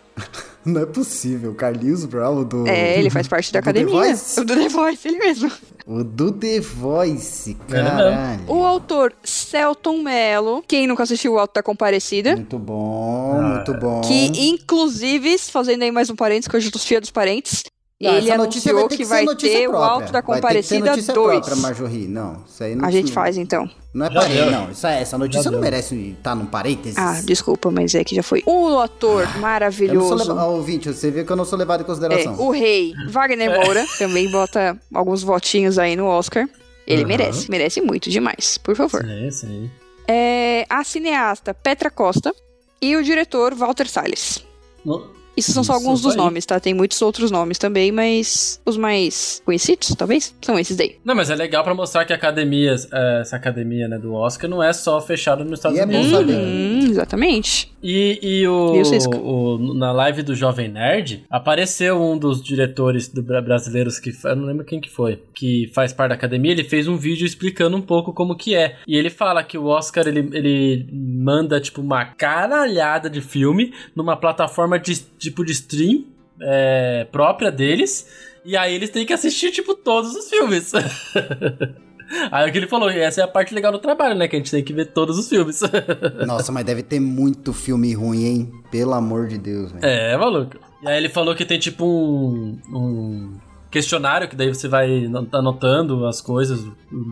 Não é possível. Carlinhos Brown do. Uhum. é, ele faz parte da Do The academia. Voice? O do The Voice, ele mesmo. O do The Voice, É, Ele mesmo. caralho. O autor Celton Mello, quem nunca assistiu o Alto da Comparecida, Muito bom, muito bom. Ah, que inclusive, fazendo aí mais um parênteses, que hoje eu tô fia dos parentes, Não, ele Ah, essa notícia anunciou vai ter que, que, vai ser notícia ter o própria. Alto da vai Comparecida ter que ser notícia 2. própria, Marjorie. Não, isso aí não A gente faz então. Não é Já parede, deu. não. Isso aí, essa notícia Já não deu. merece estar num parênteses. Ah, desculpa, mas é que já foi. O ator Ah, eu não sou maravilhoso. levado. Ó, ouvinte, você vê que eu não sou levado em É, consideração. o rei Wagner Moura também bota alguns votinhos aí no Oscar. Ele Aham. merece, merece muito demais, por favor. Sim, sim. É, a cineasta Petra Costa e o diretor Walter Salles. No- Isso são só Isso alguns dos aí. nomes, tá? Tem muitos outros nomes também, mas os mais conhecidos, talvez, são esses daí. Não, mas é legal pra mostrar que academias, eh, essa academia né, do Oscar não é só fechada nos Estados E é bom Unidos. né? saber. Uhum, exatamente. E, e o, E o Cisco? o- na live do Jovem Nerd apareceu um dos diretores do, bra- brasileiros que fa- eu não lembro quem que foi que faz parte da academia. Ele fez um vídeo explicando um pouco como que é e ele fala que o Oscar ele, ele manda tipo uma caralhada de filme numa plataforma de tipo de stream é, própria deles, e aí eles têm que assistir, tipo, todos os filmes. aí é o que ele falou, e essa é a parte legal do trabalho, né? Que a gente tem que ver todos os filmes. Nossa, mas deve ter muito filme ruim, hein? Pelo amor de Deus, velho. é, maluco. E aí ele falou que tem, tipo, um. um questionário, que daí você vai anotando as coisas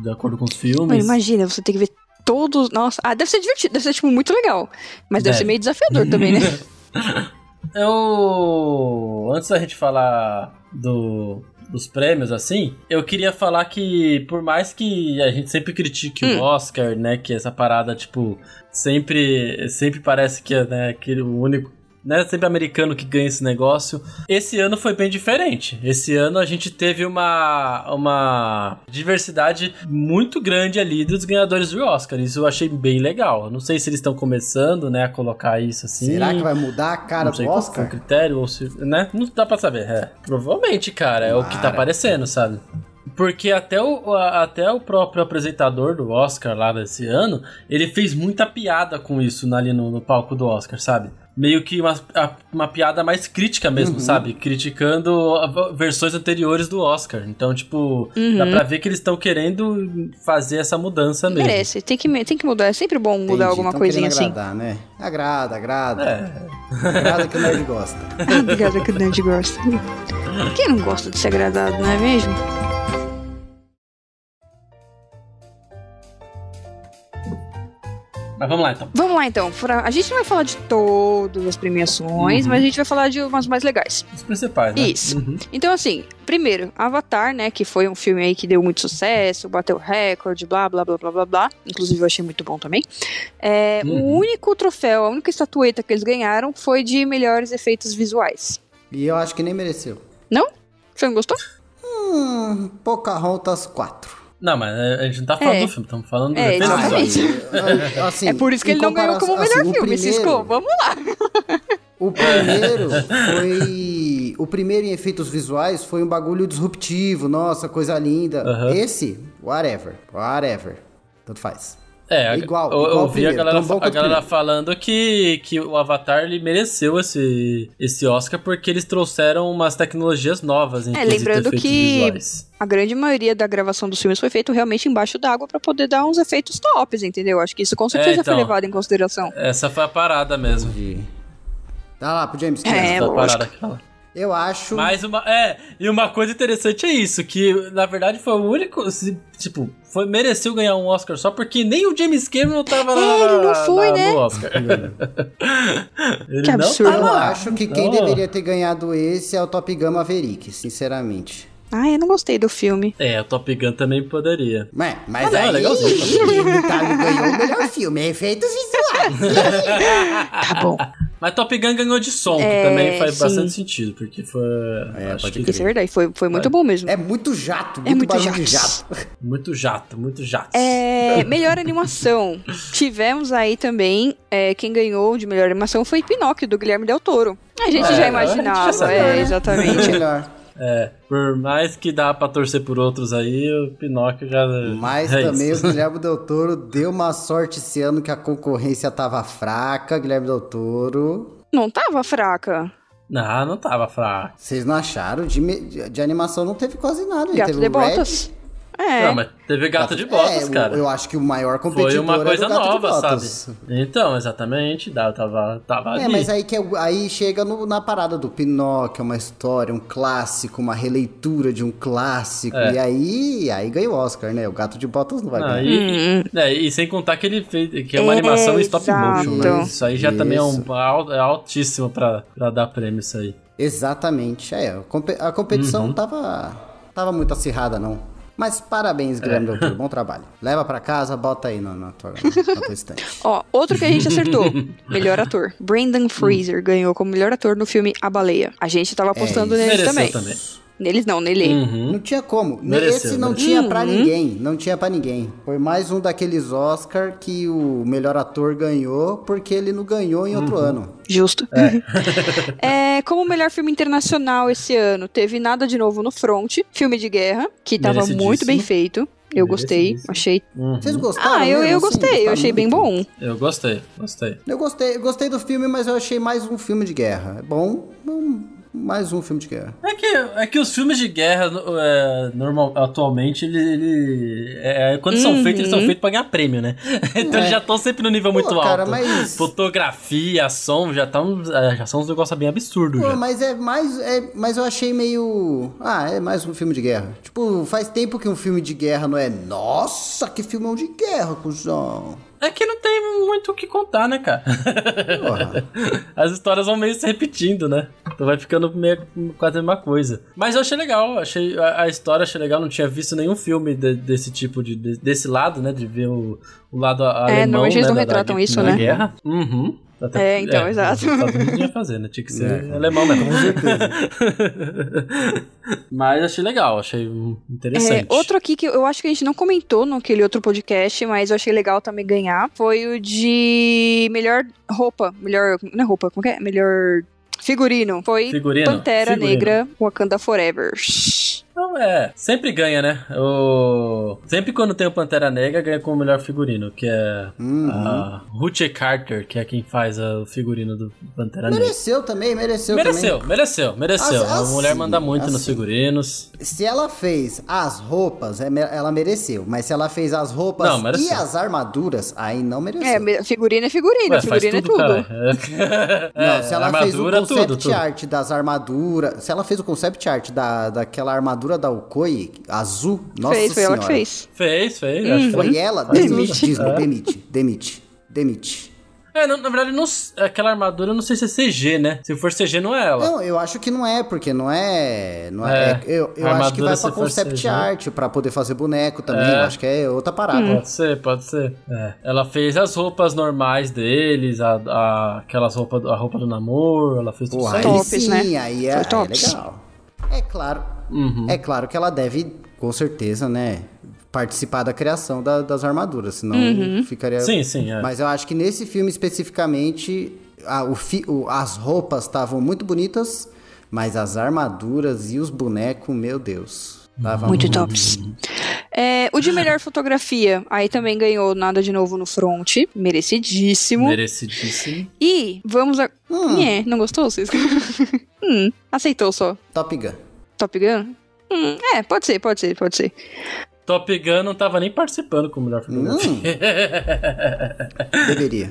de acordo com os Mano, filmes. imagina, você tem que ver todos. Nossa, ah, deve ser divertido, deve ser, tipo, muito legal. Mas deve Deve. ser meio desafiador também, né? Eu. Antes da gente falar do- dos prêmios, assim, eu queria falar que, por mais que a gente sempre critique Hum. o Oscar, né, que essa parada, tipo, sempre, sempre parece que é né, que o único. Né, sempre americano que ganha esse negócio. Esse ano foi bem diferente. Esse ano a gente teve uma, uma diversidade muito grande ali dos ganhadores do Oscar. Isso eu achei bem legal. Eu Não sei se eles estão começando, né, a colocar isso assim. Será que vai mudar a cara Não do sei qual foi o Oscar? critério, ou se. né? Não dá pra saber. É. Provavelmente, cara, é o que tá Tomara. aparecendo, sabe? Porque até o, a- até o próprio apresentador do Oscar lá desse ano, ele fez muita piada com isso na- ali no, no palco do Oscar, sabe? Meio que uma, a- uma piada mais crítica mesmo, Uhum. sabe? Criticando a- versões anteriores do Oscar. Então, tipo, dá pra ver que eles estão querendo fazer essa mudança mesmo. Merece, tem que, tem que mudar. É sempre bom mudar Entendi, alguma tão coisinha querendo assim. agradar, né? Agrada, agrada. É, Agrada que o nerd gosta. Ah, Obrigada que o Nerd gosta. Quem não gosta de ser agradado, não é mesmo? mas vamos lá então. Vamos lá então. Fra- A gente não vai falar de todas as premiações, Uhum. mas a gente vai falar de umas mais legais. Os principais, né? Isso. Uhum. Então, assim, primeiro, Avatar, né? Que foi um filme aí que deu muito sucesso, bateu recorde, blá, blá, blá, blá, blá, blá. Inclusive, eu achei muito bom também. É, O Uhum. único troféu, a única estatueta que eles ganharam foi de melhores efeitos visuais. E eu acho que nem mereceu. Você não gostou? Hum, Pocahontas 4. Não, mas a gente não tá falando É. do filme, estamos falando dos É, efeitos exatamente. visuais. Ah, e, ah, assim, é por isso que em ele não ganhou como comparação- melhor assim, o filme, Cisco. primeiro- Vamos lá. O primeiro foi. O primeiro em efeitos visuais foi um bagulho disruptivo, nossa, coisa linda. Aham. Esse, whatever, whatever. Tanto faz. É, a- Igual, eu, eu igual o vi a primeiro, galera, tão bom a quanto o galera primeiro. falando que, que o Avatar ele mereceu esse, esse Oscar porque eles trouxeram umas tecnologias novas em É, quesito lembrando efeitos que- visuais. A grande maioria da gravação dos filmes foi feito realmente embaixo d'água pra poder dar uns efeitos tops, entendeu? Acho que isso com certeza É, então. foi levado em consideração. Essa foi a parada mesmo. Tá lá pro James Cameron. É, Essa foi a lógico. parada que fala. Eu acho. Mas uma. É, e uma coisa interessante é isso: que na verdade foi o único. se- Tipo, foi, mereceu ganhar um Oscar só porque nem o James Cameron tava lá. É, ele não na- foi, na- né? No Oscar. ele Que absurdo. Não Eu tava lá. acho que quem Então, deveria ter ganhado esse é o Top Gun Maverick, sinceramente. Ah, eu não gostei do filme. É, o Top Gun também poderia. Mas, mas Ah, não, aí, legalzinho. o Tá ganhou o melhor filme, é efeitos visuais. Tá bom. Mas Top Gun ganhou de som, É, que também faz sim. bastante sentido, porque foi. É, acho pode que Isso é verdade, foi, foi muito bom mesmo. É muito jato, muito, É muito barulho de jato. jato. muito jato, muito jato. É, melhor animação. Tivemos aí também, é, quem ganhou de melhor animação foi Pinóquio, do Guilherme Del Toro. A gente É, já a gente já imaginava, sabia, é, né? exatamente. Melhor. É, Por mais que dá pra torcer por outros aí, o Pinóquio já. Mas é também isso. o Guilherme Del Toro deu uma sorte esse ano que a concorrência tava fraca, Guilherme Del Toro. Não tava fraca. Não, não tava fraco. Vocês não acharam? De, me- de- de animação não teve quase nada. hein? Gato teve de o Red, Botas. É. Não, mas teve gato de botas, É, o- cara. Eu acho que o maior competidor Foi uma era coisa o Gato de nova, Botas. sabe? Então, exatamente, dá, tava, tava É, ali. mas aí, que é- aí chega no- na parada do Pinóquio, uma história, um clássico, uma releitura de um clássico. É. E aí, aí ganha o Oscar, né? O Gato de Botas não vai Não, ganhar. e, é, e sem contar que ele fez, que é uma É, animação em stop motion, né? exato. Isso aí já também é, um, Isso. al- é altíssimo pra, pra dar prêmio isso aí. Exatamente. É, a compe- a Uhum. competição tava, tava muito acirrada, não. Mas É. parabéns, Guilherme Del Toro. Bom trabalho. Leva pra casa, bota aí na, na tua, na tua estante. Ó, outro que a gente acertou. melhor ator. Brendan Fraser ganhou como melhor ator no filme A Baleia. A gente tava É apostando neles Mereceu também. também. Neles não, nele. Uhum. Não tinha como. Mereceu, Esse não mereceu. tinha Uhum. pra ninguém. Não tinha pra ninguém. Foi mais um daqueles Oscar que o melhor ator ganhou porque ele não ganhou em Uhum. outro ano. Justo. É. como melhor filme internacional esse ano, teve Nada de Novo no Front, filme de guerra, que tava Merecidíssimo. muito bem feito. Eu gostei, Merecidíssimo. achei. Uhum. Vocês gostaram? Ah, eu, mesmo, eu assim? gostei, eu tá Gostaram achei bem bom. muito? Eu gostei, gostei. Eu gostei, eu gostei do filme, mas eu achei mais um filme de guerra. É bom, hum, mais um filme de guerra. É que, é que os filmes de guerra, no- é, normal, atualmente, ele. ele- é, é, quando são feitos, eles são feitos pra ganhar prêmio, né? então eles já estão sempre no nível muito É. Pô, cara, alto. mas- Fotografia, som, já, tá uns- é, já são uns negócios bem absurdos. Pô, já. mas é mais. É, mas eu achei meio. Ah, é mais um filme de guerra. Tipo, faz tempo que um filme de guerra não é. Nossa, que filmão de guerra, cuzão. É que não tem muito o que contar, né, cara? Porra. As histórias vão meio se repetindo, né? Então vai ficando meio, quase a mesma coisa. Mas eu achei legal, achei a, a história achei legal, não tinha visto nenhum filme de- desse tipo, de, de- desse lado, né? De ver o, o lado a- É, alemão, normalmente eles né, não da- retratam da, isso, da né? guerra. Uhum. Até- É, então, exato. os Estados Unidos não ia fazer, né? Tinha que ser alemão mesmo. Com certeza. Mas achei legal, achei hum, interessante. É, outro aqui que eu acho que a gente não comentou naquele outro podcast, mas eu achei legal também ganhar, foi o de melhor roupa, melhor, não é roupa, como que é? Melhor figurino. Foi Figurino? Pantera Figurino. Negra, Wakanda Forever. Então, é, sempre ganha, né? O... Sempre quando tem o Pantera Negra, ganha com o melhor figurino, que é Uhum. a Ruthie Carter, que é quem faz a- o figurino do Pantera Negra. Mereceu também, mereceu, Mereceu, também. mereceu, mereceu. Ah, a mulher assim, manda muito nos assim. figurinos. Se ela fez as roupas, é me- ela mereceu. Mas se ela fez as roupas Não, mereceu. e as armaduras, aí não mereceu. É, me- figurino é figurino, Ué, faz figurino tudo, é cara. É. tudo. Não, se ela fez o armadura, concept tudo, tudo. art das armaduras. Se ela fez o concept art da, daquela armadura da Okoi azul, nossa fez, foi senhora. ela que fez. Fez, fez. acho que Uhum. Foi ela? Faz tudo. Demite. Disney, É. demite, demite, demite. É, não- na verdade, não s- aquela armadura eu não sei se é CG, né? Se for CG, não é ela. Não, eu acho que não é, porque não é. Não é, É, eu eu a acho que armadura vai se pra for concept CG. art, pra poder fazer boneco também. Eu acho que é outra parada. Uhum. Pode ser, pode ser. É. Ela fez as roupas normais deles, a, a- aquelas roupas, a roupa do namoro, ela fez tudo Porra, aí certo. Tops, sim, né? aí, é, Foi aí é tops. legal. É claro. Uhum. É claro que ela deve, com certeza, né? Participar da criação da- das armaduras, senão Uhum. ficaria. Sim, sim, é. Mas eu acho que nesse filme especificamente, a- o fi- o- as roupas estavam muito bonitas, mas as armaduras e os bonecos, meu Deus. Tava Muito tops. É, o de melhor fotografia, aí também ganhou nada de novo no front, merecidíssimo. Merecidíssimo. E vamos a. Hum. Nhé, não gostou, Cisco? hum, aceitou só. Top Gun. Top Gun? Hum, é, pode ser, pode ser, pode ser. Top Gun não tava nem participando com o melhor É, fotografia. Deveria.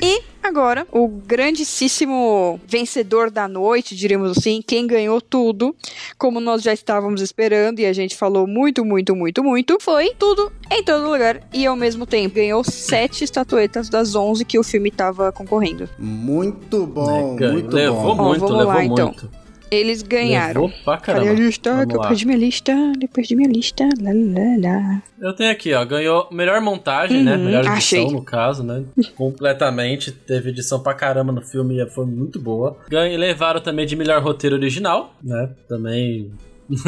E agora, o grandíssimo vencedor da noite, diríamos assim, quem ganhou tudo, como nós já estávamos esperando e a gente falou muito, muito, muito, muito, foi tudo em todo lugar e ao mesmo tempo ganhou sete estatuetas das 11 que o filme estava concorrendo. Muito bom, Ganhou. muito Né, levou bom. muito, Ó, vamos levou lá, então. muito. Eles ganharam. Levou pra Cadê caramba. a lista? Vamos Que eu lá. perdi minha lista, eu perdi minha lista. Lá, lá, lá. Eu tenho aqui, ó. Ganhou melhor montagem, né? Uhum, Melhor edição, achei. no caso, né? Completamente. Teve edição pra caramba no filme e foi muito boa. Ganhei, levaram também de melhor roteiro original, né? Também.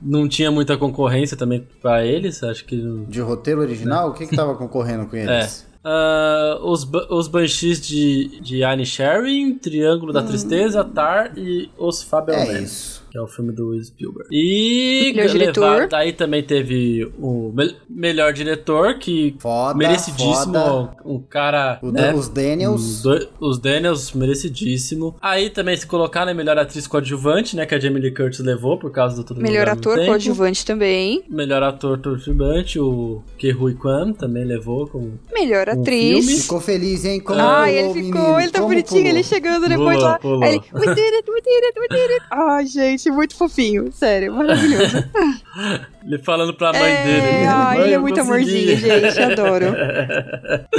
Não tinha muita concorrência também pra eles, acho que De roteiro original, o que que tava concorrendo com eles? Ah, os, ba- os Banshees de, de Anne Sharing, Triângulo da Tristeza, Tar e Os Fabelmans. é isso. Que é o filme do Spielberg. E Melhor diretor. levar- daí também teve o mel- melhor diretor, que Foda, merecidíssimo. foda. Um cara. O né? Dan- Os Daniels. Os, do- os Daniels, merecidíssimo. Aí também se colocar, né? Melhor atriz coadjuvante, né? Que a Jamie Lee Curtis levou por causa do Todo Mundo Melhor ao Mesmo ator, Tempo. coadjuvante também. Melhor ator coadjuvante, o Ke Huy Kwan também levou com Melhor Um atriz. Ficou feliz, hein? Como Ai, pulou Ah, ele o ficou, menino, ele tá como bonitinho, pulou. ele chegando depois Pulou, lá. pulou. Aí ele, we did it, we did it, we did it. Ai, gente, muito fofinho, sério, maravilhoso. Ele falando pra mãe É, dele. né? ai, Mãe, ele é eu muito consegui. amorzinho, gente, adoro.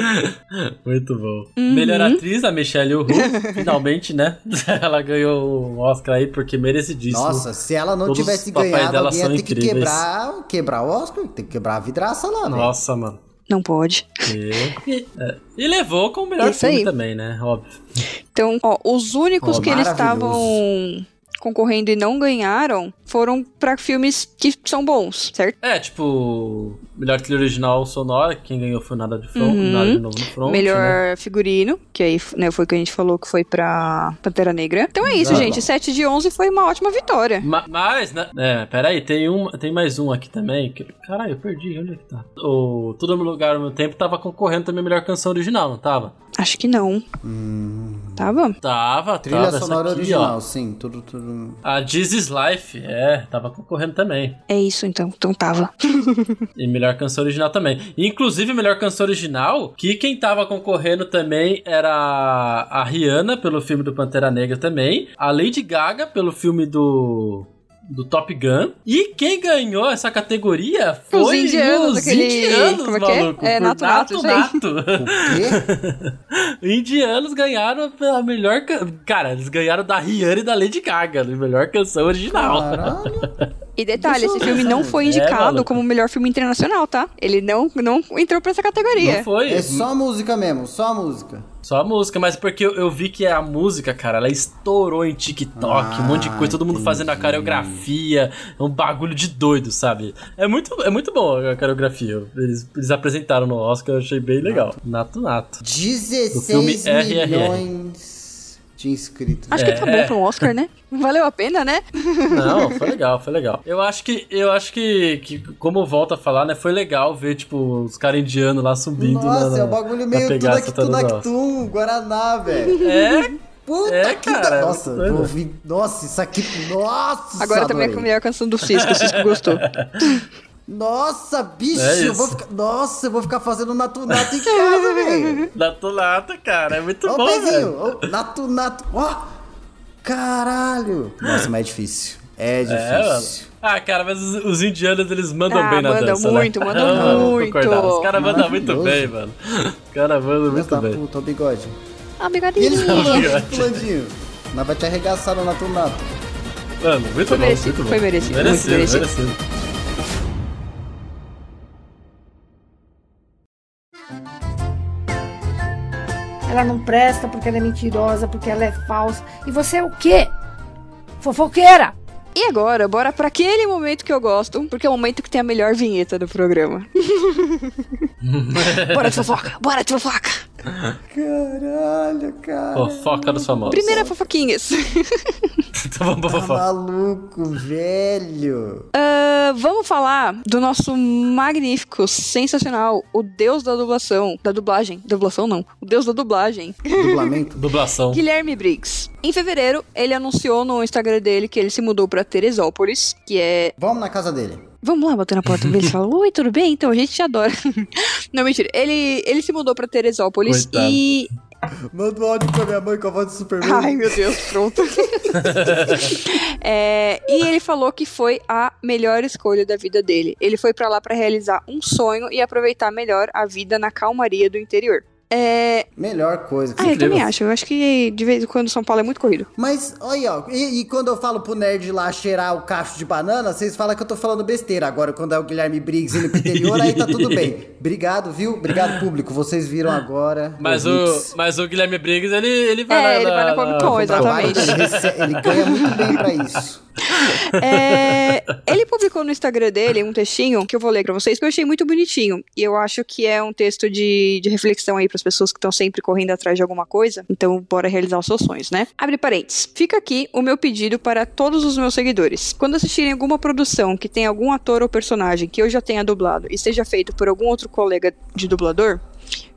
muito bom. Uhum. Melhor atriz, a Michelle Yeoh. Finalmente, né? Ela ganhou o Oscar aí porque merecidíssimo. Nossa, se ela não Todos os tivesse papéis ganhado, dela alguém ia são ter que incríveis. quebrar, quebrar o Oscar, tem que quebrar a vidraça lá, velho. Nossa, mano. Não pode. E, é, e levou com o melhor Isso filme aí. também, né? Óbvio. Então, ó, os únicos Ó, que eles maravilhoso. estavam concorrendo e não ganharam foram pra filmes que são bons, certo? É, tipo, melhor trilha original sonora, quem ganhou foi nada de front, Uhum. nada de novo no front. né? Melhor figurino, que aí né, foi o que a gente falou que foi pra Pantera Negra. Então é isso, Vai lá. gente. 7 de 11 foi uma ótima vitória. Ma- mas, né? É, peraí, tem, um, tem mais um aqui também. Que, caralho, eu perdi. Onde é que tá? O Todo Lugar ao Meu Tempo tava concorrendo também a melhor canção original, não tava? Acho que não. tá Tava? Tava, Hum, Trilha tava essa sonora Tá, aqui, original, ó. sim. Tudo, tudo. A This Is Life, é, tava concorrendo também. É isso então. Então tava. E melhor canção original também. Inclusive, melhor canção original, que quem tava concorrendo também era a Rihanna, pelo filme do Pantera Negra também. A Lady Gaga, pelo filme do. Do Top Gun. E quem ganhou essa categoria foi Os indianos, os aquele- indianos, como é que é? maluco. É, por Nato Nato, isso aí. O quê? Indianos ganharam a melhor. ca- Cara, eles ganharam da Rihanna e da Lady Gaga, a melhor canção original. Caralho. E detalhe, Isso esse filme não foi é, indicado maluco. como melhor filme internacional, tá? Ele não, não entrou pra essa Não categoria. foi. É só música mesmo, só música. Só a música, mas porque eu, eu vi que a música, cara, ela estourou em TikTok, um monte de coisa, todo mundo entendi. fazendo a coreografia, é um bagulho de doido, sabe? É muito, é muito bom a coreografia. Eles, eles apresentaram no Oscar, eu achei bem legal. Nato, nato. 16 RRR. milhões de inscritos. Acho que tá É. bom pra um Oscar, né? Valeu a pena, né? Não, foi legal, foi legal. Eu acho que, eu acho que, que como volta a falar, né, foi legal ver, tipo, os caras indianos lá subindo. Nossa, na- é um bagulho na meio tudo pegada aqui, tudo satanosa. aqui, tum, Guaraná, velho. É, Puta É, que cara, da... é Nossa, doido. vou ouvir- Nossa, isso aqui. Nossa, Agora também adorei. é a melhor canção do Cisco, o Cisco gostou. Nossa, bicho, É eu vou isso. ficar. Nossa, eu vou ficar fazendo natunato em casa, velho. nato, nato, cara, é muito Ó, o bom, velho. pezinho, ó, natunato. Ó! Caralho! Nossa, mas é difícil. É É, mano. difícil. Ah, cara, mas os, os indianos eles mandam Ah, bem na mandam dança. muito, né? mandam Ah, vamos muito. concordar. Os caras mandam muito Maravilhoso. bem, mano. Os caras mandam Filhas muito da bem. puta, o tá bigode. Ah, E eles brigadeirinho. pulando, bigode. pulandinho. Mas vai te arregaçar no natunato. Mano, muito Foi bom. merecido, muito bom. foi merecido, muito merecido. merecido. Ela não presta porque ela é mentirosa, porque ela é falsa. E você é o quê? Fofoqueira! E agora, bora pra aquele momento que eu gosto, porque é o momento que tem a melhor vinheta do programa. bora de fofoca, bora de fofoca. Caralho, cara. Fofoca dos famosos. Primeira fofoquinhas. Então vamos pra Tá fofoca. maluco, velho. Ah, vamos falar do nosso magnífico, sensacional, o deus da dublação, da dublagem, dublação não, o deus da dublagem, Dublamento. Dublação. Guilherme Briggs. Em fevereiro, ele anunciou no Instagram dele que ele se mudou pra Teresópolis, que é Vamos na casa dele. Vamos lá bater na porta dele e falar: Oi, tudo bem? Então, a gente te adora. Não, mentira. Ele, ele se mudou pra Teresópolis Coitado. e. Manda um áudio pra minha mãe com a voz do Superman. Ai, meu Deus, pronto. É, e ele falou que foi a melhor escolha da vida dele. Ele foi pra lá pra realizar um sonho e aproveitar melhor a vida na calmaria do interior. É, Melhor coisa. que ah, você eu Incrível. também acho. Eu acho que de vez em quando São Paulo é muito corrido. Mas, olha, ó, e, e quando eu falo pro nerd lá cheirar o cacho de banana, vocês falam que eu tô falando besteira. Agora, quando é o Guilherme Briggs indo pro interior, aí tá tudo bem. Obrigado, viu? Obrigado, público. Vocês viram agora. Ah, Mas ouvintes. o, mas o Guilherme Briggs, ele, ele vai É, lá. ele vai na Comic Con, exato. trabalho exatamente. dele, rece- ele ganha muito bem pra isso. É, ele publicou no Instagram dele um textinho que eu vou ler pra vocês, que eu achei muito bonitinho. E eu acho que é um texto de, de reflexão aí pras pessoas que estão sempre correndo atrás de alguma coisa. Então, bora realizar os seus sonhos, né? Abre parênteses. Fica aqui o meu pedido para todos os meus seguidores. Quando assistirem alguma produção que tem algum ator ou personagem que eu já tenha dublado e seja feito por algum outro colega de dublador,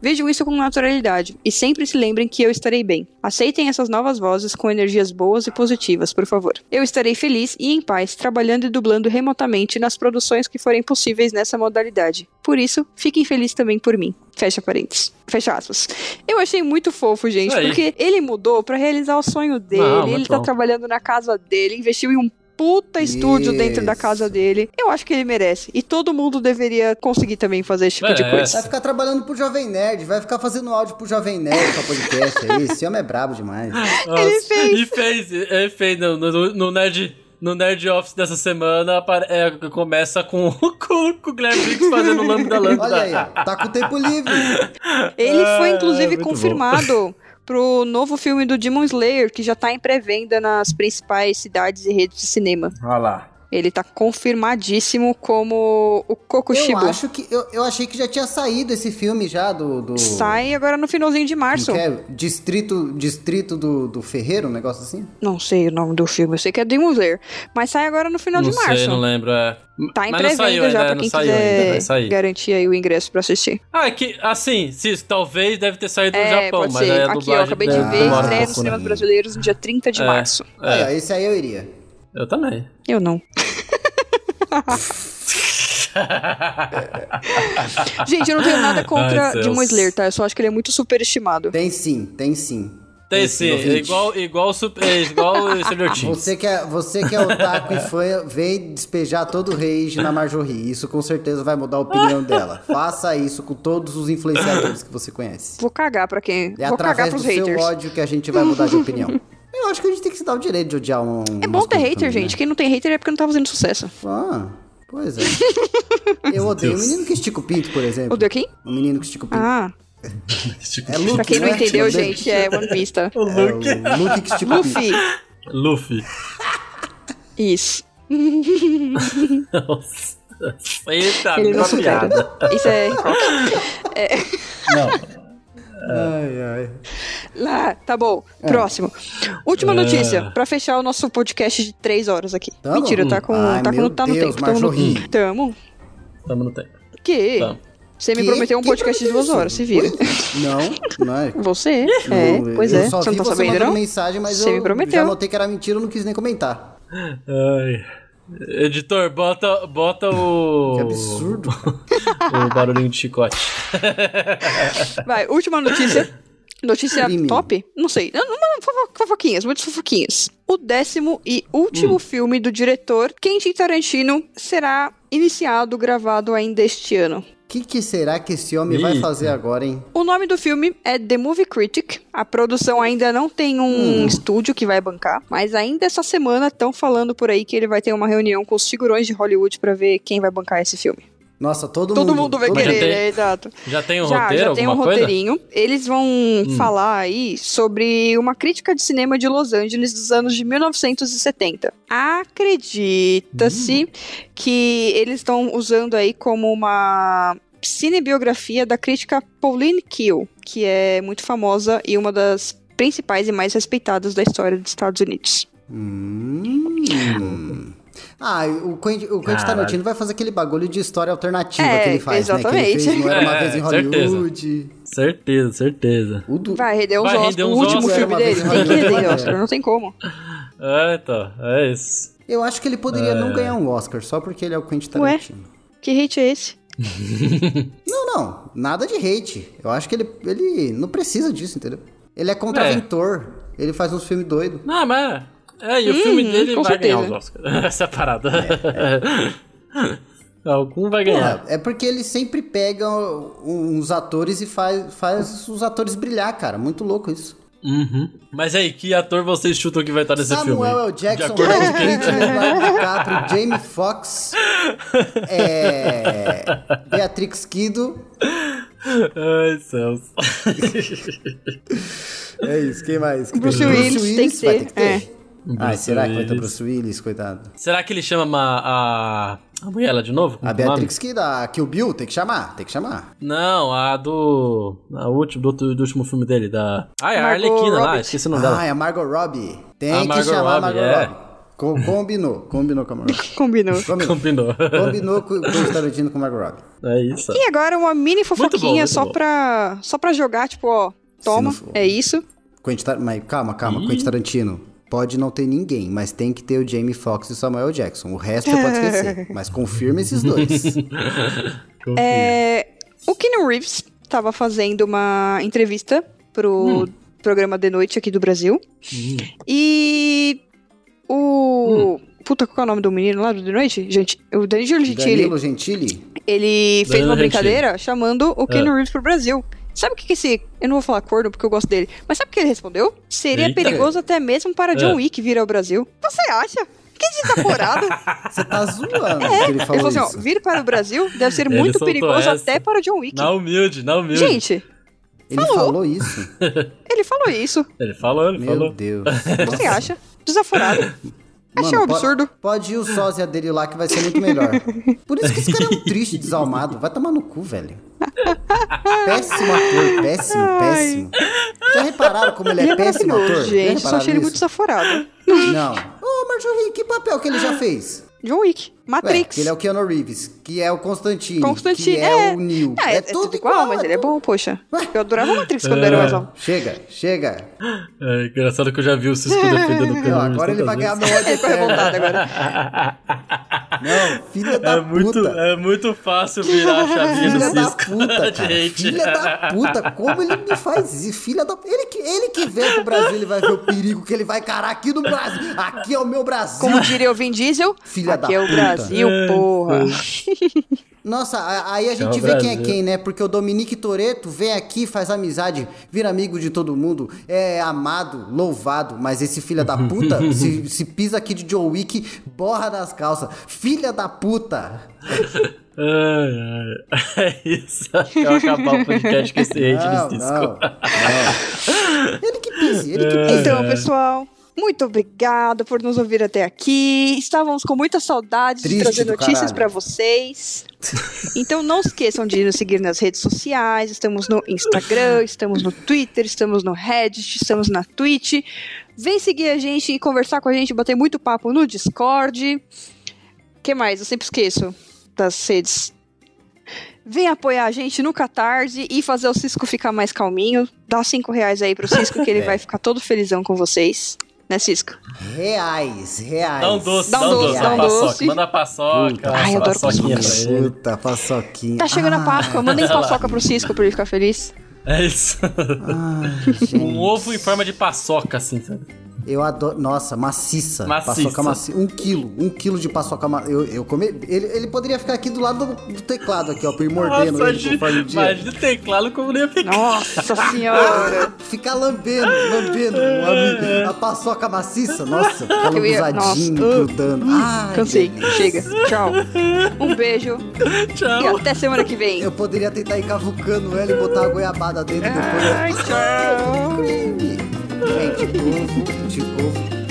Vejam isso com naturalidade e sempre se lembrem que eu estarei bem. Aceitem essas novas vozes com energias boas e positivas, por favor. Eu estarei feliz e em paz trabalhando e dublando remotamente nas produções que forem possíveis nessa modalidade. Por isso, fiquem felizes também por mim. Fecha parênteses. Fecha aspas. Eu achei muito fofo, gente, Isso aí. porque ele mudou pra realizar o sonho dele, Não, ele muito tá bom. trabalhando na casa dele, investiu em um puta estúdio dentro da Isso. casa dele. Eu acho que ele merece. E todo mundo deveria conseguir também fazer esse tipo de Merece. coisa. Vai ficar trabalhando pro Jovem Nerd, vai ficar fazendo áudio pro Jovem Nerd pra podcast aí. Esse homem é brabo demais. Ele fez. E fez, ele fez no, no, no Nerd. No Nerd Office dessa semana apare- é, começa com, com, com o Guilherme Briggs fazendo o Lambda Lambda. Olha aí, ó, tá com tempo livre. Ele Ah, foi, inclusive, muito confirmado pro novo filme do Demon Slayer, que já tá em pré-venda nas principais cidades e redes de cinema. Olha lá. Ele tá confirmadíssimo como o Coco Eu Shibu. acho que. Eu, eu achei que já tinha saído esse filme já do. do Sai agora no finalzinho de como março. que é? Distrito, distrito do, do Ferreiro, um negócio assim? Não sei o nome do filme, eu sei que é Demon Slayer. Mas sai agora no final não de março. sei, não lembro. É. Tá em Mas não saiu pré-venda já, ainda, pra não quem saiu ainda, né? vai quiser sair. garantir aí o ingresso pra assistir. Ah, é que, assim, Cis, talvez deve ter saído do É, Japão, pode mas ser. aí a Aqui, dublagem ó, acabei de deve ver, demora um estreia nos pouco, né? cinemas brasileiros no dia 30 de É. março. É, Aí, ó, esse aí eu iria. eu também. Eu não. Gente, eu não tenho nada contra Ai, Deus. Demon Slayer, tá? Eu só acho que ele é muito superestimado. Tem sim, tem sim. Tem sim, ouvinte. é igual, igual, o Sup- é igual o Stranger Things. Você que é, você que é otaku e fã, vem despejar todo o rage na Marjorie. Isso com certeza vai mudar a opinião dela. Faça isso com todos os influenciadores que você conhece. Vou cagar pra quem. É Vou cagar através do pros seu haters. ódio que a gente vai mudar de opinião. Eu acho que a gente tem que se dar o direito de odiar um. É bom ter hater, né? gente. Quem não tem hater é porque não tá fazendo sucesso. Ah, pois é. Eu odeio o menino que estica o pinto, por exemplo. O The King? O menino que estica o pinto. Ah, é Luke, pra quem não né? entendeu, Eu odeio- gente, é One Piece, tá? O É o Luke que estica o pinto. Luffy. Luffy. Isso. Tá Nossa. Eita, Ele é não que supera. piada. Isso é Hancock. Ai, ai. Lá, tá bom. É. Próximo. É. Última notícia, pra fechar o nosso podcast de três horas aqui. Tamo? Mentira, tá com. Ai, tá, com meu tá no Deus, tempo. Tamo Marjorie. no. Tamo. Tamo no tempo. Que? Tamo. Você me Que? prometeu um Quem podcast de prometeu duas isso? horas, se vira. Não, não é. Você? Não, É, pois eu é. Só Você vi não tá você sabendo, mandando não? mensagem, mas Você eu me prometeu. já notei que era mentira, eu não quis nem comentar. Ai. Editor, bota, bota o. Que Oh. absurdo. O barulhinho de chicote. Vai, última notícia. Notícia Crime. top? Não sei. Não, não, não, fofo- fofoquinhas, muitas fofoquinhas. O décimo e último filme do diretor Quentin Tarantino será iniciado, gravado ainda este ano. O que, que será que esse homem vai Eita. fazer agora, hein? O nome do filme é The Movie Critic. A produção ainda não tem um estúdio que vai bancar, mas ainda essa semana estão falando por aí que ele vai ter uma reunião com os figurões de Hollywood pra ver quem vai bancar esse filme. Nossa, todo, Todo mundo. mundo vai todo Mas já querer, tem- né? Exato. Já tem um já, roteiro, já tem um alguma coisa? Hum. roteirinho. Eles vão falar aí sobre uma crítica de cinema de Los Angeles dos anos de 1970. Acredita-se Hum. que eles estão usando aí como uma cinebiografia da crítica Pauline Kael, que é muito famosa e uma das principais e mais respeitadas da história dos Estados Unidos. Hum. Ah, o Quentin, o Quentin Caralho. Tarantino vai fazer aquele bagulho de história alternativa É, que ele faz, né? Que ele exatamente. fez Não Era Uma É, Vez em certeza. Hollywood. Certeza, certeza. O do... Vai render uns Vai Oscars, render o uns último Oscar, filme uma vez dele. em Tem que Hollywood, render né? Oscar, não tem como. É, então, é isso. Eu acho que ele poderia É. não ganhar um Oscar só porque ele é o Quentin Ué? Tarantino. Que hate é esse? Não, não. Nada de hate. Eu acho que ele, ele não precisa disso, entendeu? Ele é contraventor. É. Ele faz uns filmes doidos. Não, mas. É, e o filme dele com vai ganhar os certeza. É, Oscars. Essa é a parada. Algum vai ganhar. É, é porque ele sempre pega uns atores e faz, faz os atores brilhar, cara. Muito louco isso. Uhum. Mas aí, que ator vocês chutam que vai estar nesse filme? Samuel L. Jackson, né, De acordo Brad com quem? Pitt, Leonardo DiCaprio, Jamie Foxx, é, Beatrix Kido. Ai, céus. É isso, quem mais? Que Bruce tem? Willis tem que é. ter, vai ter que ter. Ah, Bruce será que vai ter Willis. Bruce Willis, coitado? Será que ele chama a. A, a mulher lá de novo? Como A que é o nome? Beatrix Kido, a Kill Bill, tem que chamar, tem que chamar. Não, a do. A última, do, outro- do último filme dele, da. Ah, é a Margot Arlequina lá, Robbie. esqueci o nome dela. Ah, é a Margot Robbie. Tem A que Margot chamar a Robbie, Margot é. Robbie. Co- combinou, combinou com a Margot Robbie. Combinou. Combinou. Combinou. Combinou com, com o Tarantino com o Margot Robbie. é isso. E agora uma mini fofoquinha bom, muito só, bom. pra, só pra jogar, tipo, ó, toma, não for- é isso. Quentin Tar... Mas calma, calma, Quentin Tarantino. Pode não ter ninguém, mas tem que ter o Jamie Foxx e o Samuel Jackson. O resto você pode esquecer. Mas confirma esses dois. Confia. É, o Keanu Reeves tava fazendo uma entrevista pro programa de noite aqui do Brasil. Hum. E o... Puta, qual é o nome do menino lá do The Noite? Gente, o Danilo Gentili, Danilo Gentili? ele fez Danilo uma Gentili. Ah. brincadeira chamando o Keanu Reeves pro Brasil. Sabe o que que esse... Eu não vou falar corno porque eu gosto dele, mas sabe o que ele respondeu? Seria Eita. perigoso até mesmo para John É. Wick vir ao Brasil. Você acha? Que desaporada! Você tá zoando que ele Ele falou falou assim, ó, isso. vir para o Brasil deve ser Ele muito soltou perigoso essa. até para John Wick. Na humilde, na humilde. Gente, Ele falou. falou isso? ele falou isso. Ele falou, ele Meu falou. Deus. O que você acha? Desaforado. Achei um po- absurdo. Pode, ir o sósia dele lá que vai ser muito melhor. Por isso que esse cara é um triste desalmado. Vai tomar no cu, velho. Péssimo ator, péssimo, péssimo. Já repararam como ele é Ele é péssimo maravilhoso, ator? Já gente. Só repararam achei ele muito nisso? desaforado. Não. Ô, Marjorie, que papel que ele já fez? John Wick, Ué, Matrix, que ele é o Keanu Reeves, que é o Constantine, Constantine. que é, o Neo. É, é tudo igual, mas ele é bom, poxa. Eu adorava Matrix quando eu É. era mais jovem. Chega, chega. É engraçado que eu já vi o Cisco defendendo o Keanu Ó, Reeves agora ele vai tantas ganhar vezes. meu ódio Ele ficou eterno. revoltado agora. Não, filha da É muito, puta. é muito fácil virar a chavinha do Filha da Cisco. puta, cara. gente. Filha da puta, como ele me faz isso? Filha da ele que ele que vem pro Brasil, ele vai ver o perigo que ele vai encarar aqui no Brasil. Aqui é o meu Brasil. Como diria o Vin Diesel, Filha aqui da é o puta. Brasil, porra. Nossa, a- aí a gente o vê quem é Brasil. quem, né? Porque o Dominique Toreto vem aqui, faz amizade, vira amigo de todo mundo, é amado, louvado, mas esse filha da puta se, se pisa aqui de John Wick, borra nas calças. Filha da puta! Ai, ai. É isso. Acho que eu vou acabar o podcast com esse hate Não, do não, Cisco. não. Ele que pise, ele que É. pise. Então, pessoal, muito obrigado por nos ouvir até aqui. Estávamos com muita saudade Triste de trazer do notícias caralho. pra vocês. Então, não esqueçam de nos seguir nas redes sociais. Estamos no Instagram, estamos no Twitter, estamos no Reddit, estamos na Twitch. Vem seguir a gente e conversar com a gente, bater muito papo no Discord. que mais? Eu sempre esqueço das redes Vem apoiar a gente no Catarse e fazer o Cisco ficar mais calminho. Dá cinco reais aí pro Cisco que ele É. vai ficar todo felizão com vocês. Né, Cisco? Reais, reais. Dá um doce, Dá um doce, dá dá um paçoca. doce. Manda a paçoca. Puta, Ai, eu adoro paçoquinha pra paçoca. ele. Puta, paçoquinha. Ah, Tá chegando a Páscoa, mandem paçoca pro Cisco pra ele ficar feliz. É isso. Ai, ah, gente. Um ovo em forma de paçoca, assim, sabe? Eu adoro. Nossa, maciça. Maciça. Paçoca maciça. Um quilo. Um quilo de paçoca maciça. Eu, eu comi. Ele, ele poderia ficar aqui do lado do, do teclado, aqui, ó, pra ir mordendo Nossa, ele conforme o gente, dia. imagina o teclado como nem ia ficar. Nossa senhora! Ficar Ah, lambendo, lambendo É. a, a paçoca maciça. Nossa, ficar Eu ia- lambusadinho, nossa, uh, grudando. Ai, Cansei. delícia. Chega. Tchau. Um beijo e Tchau. até semana que vem. Eu poderia tentar ir cavucando ela e botar a goiabada dentro depois. Ai, tchau. Gente, ovo, de ovo.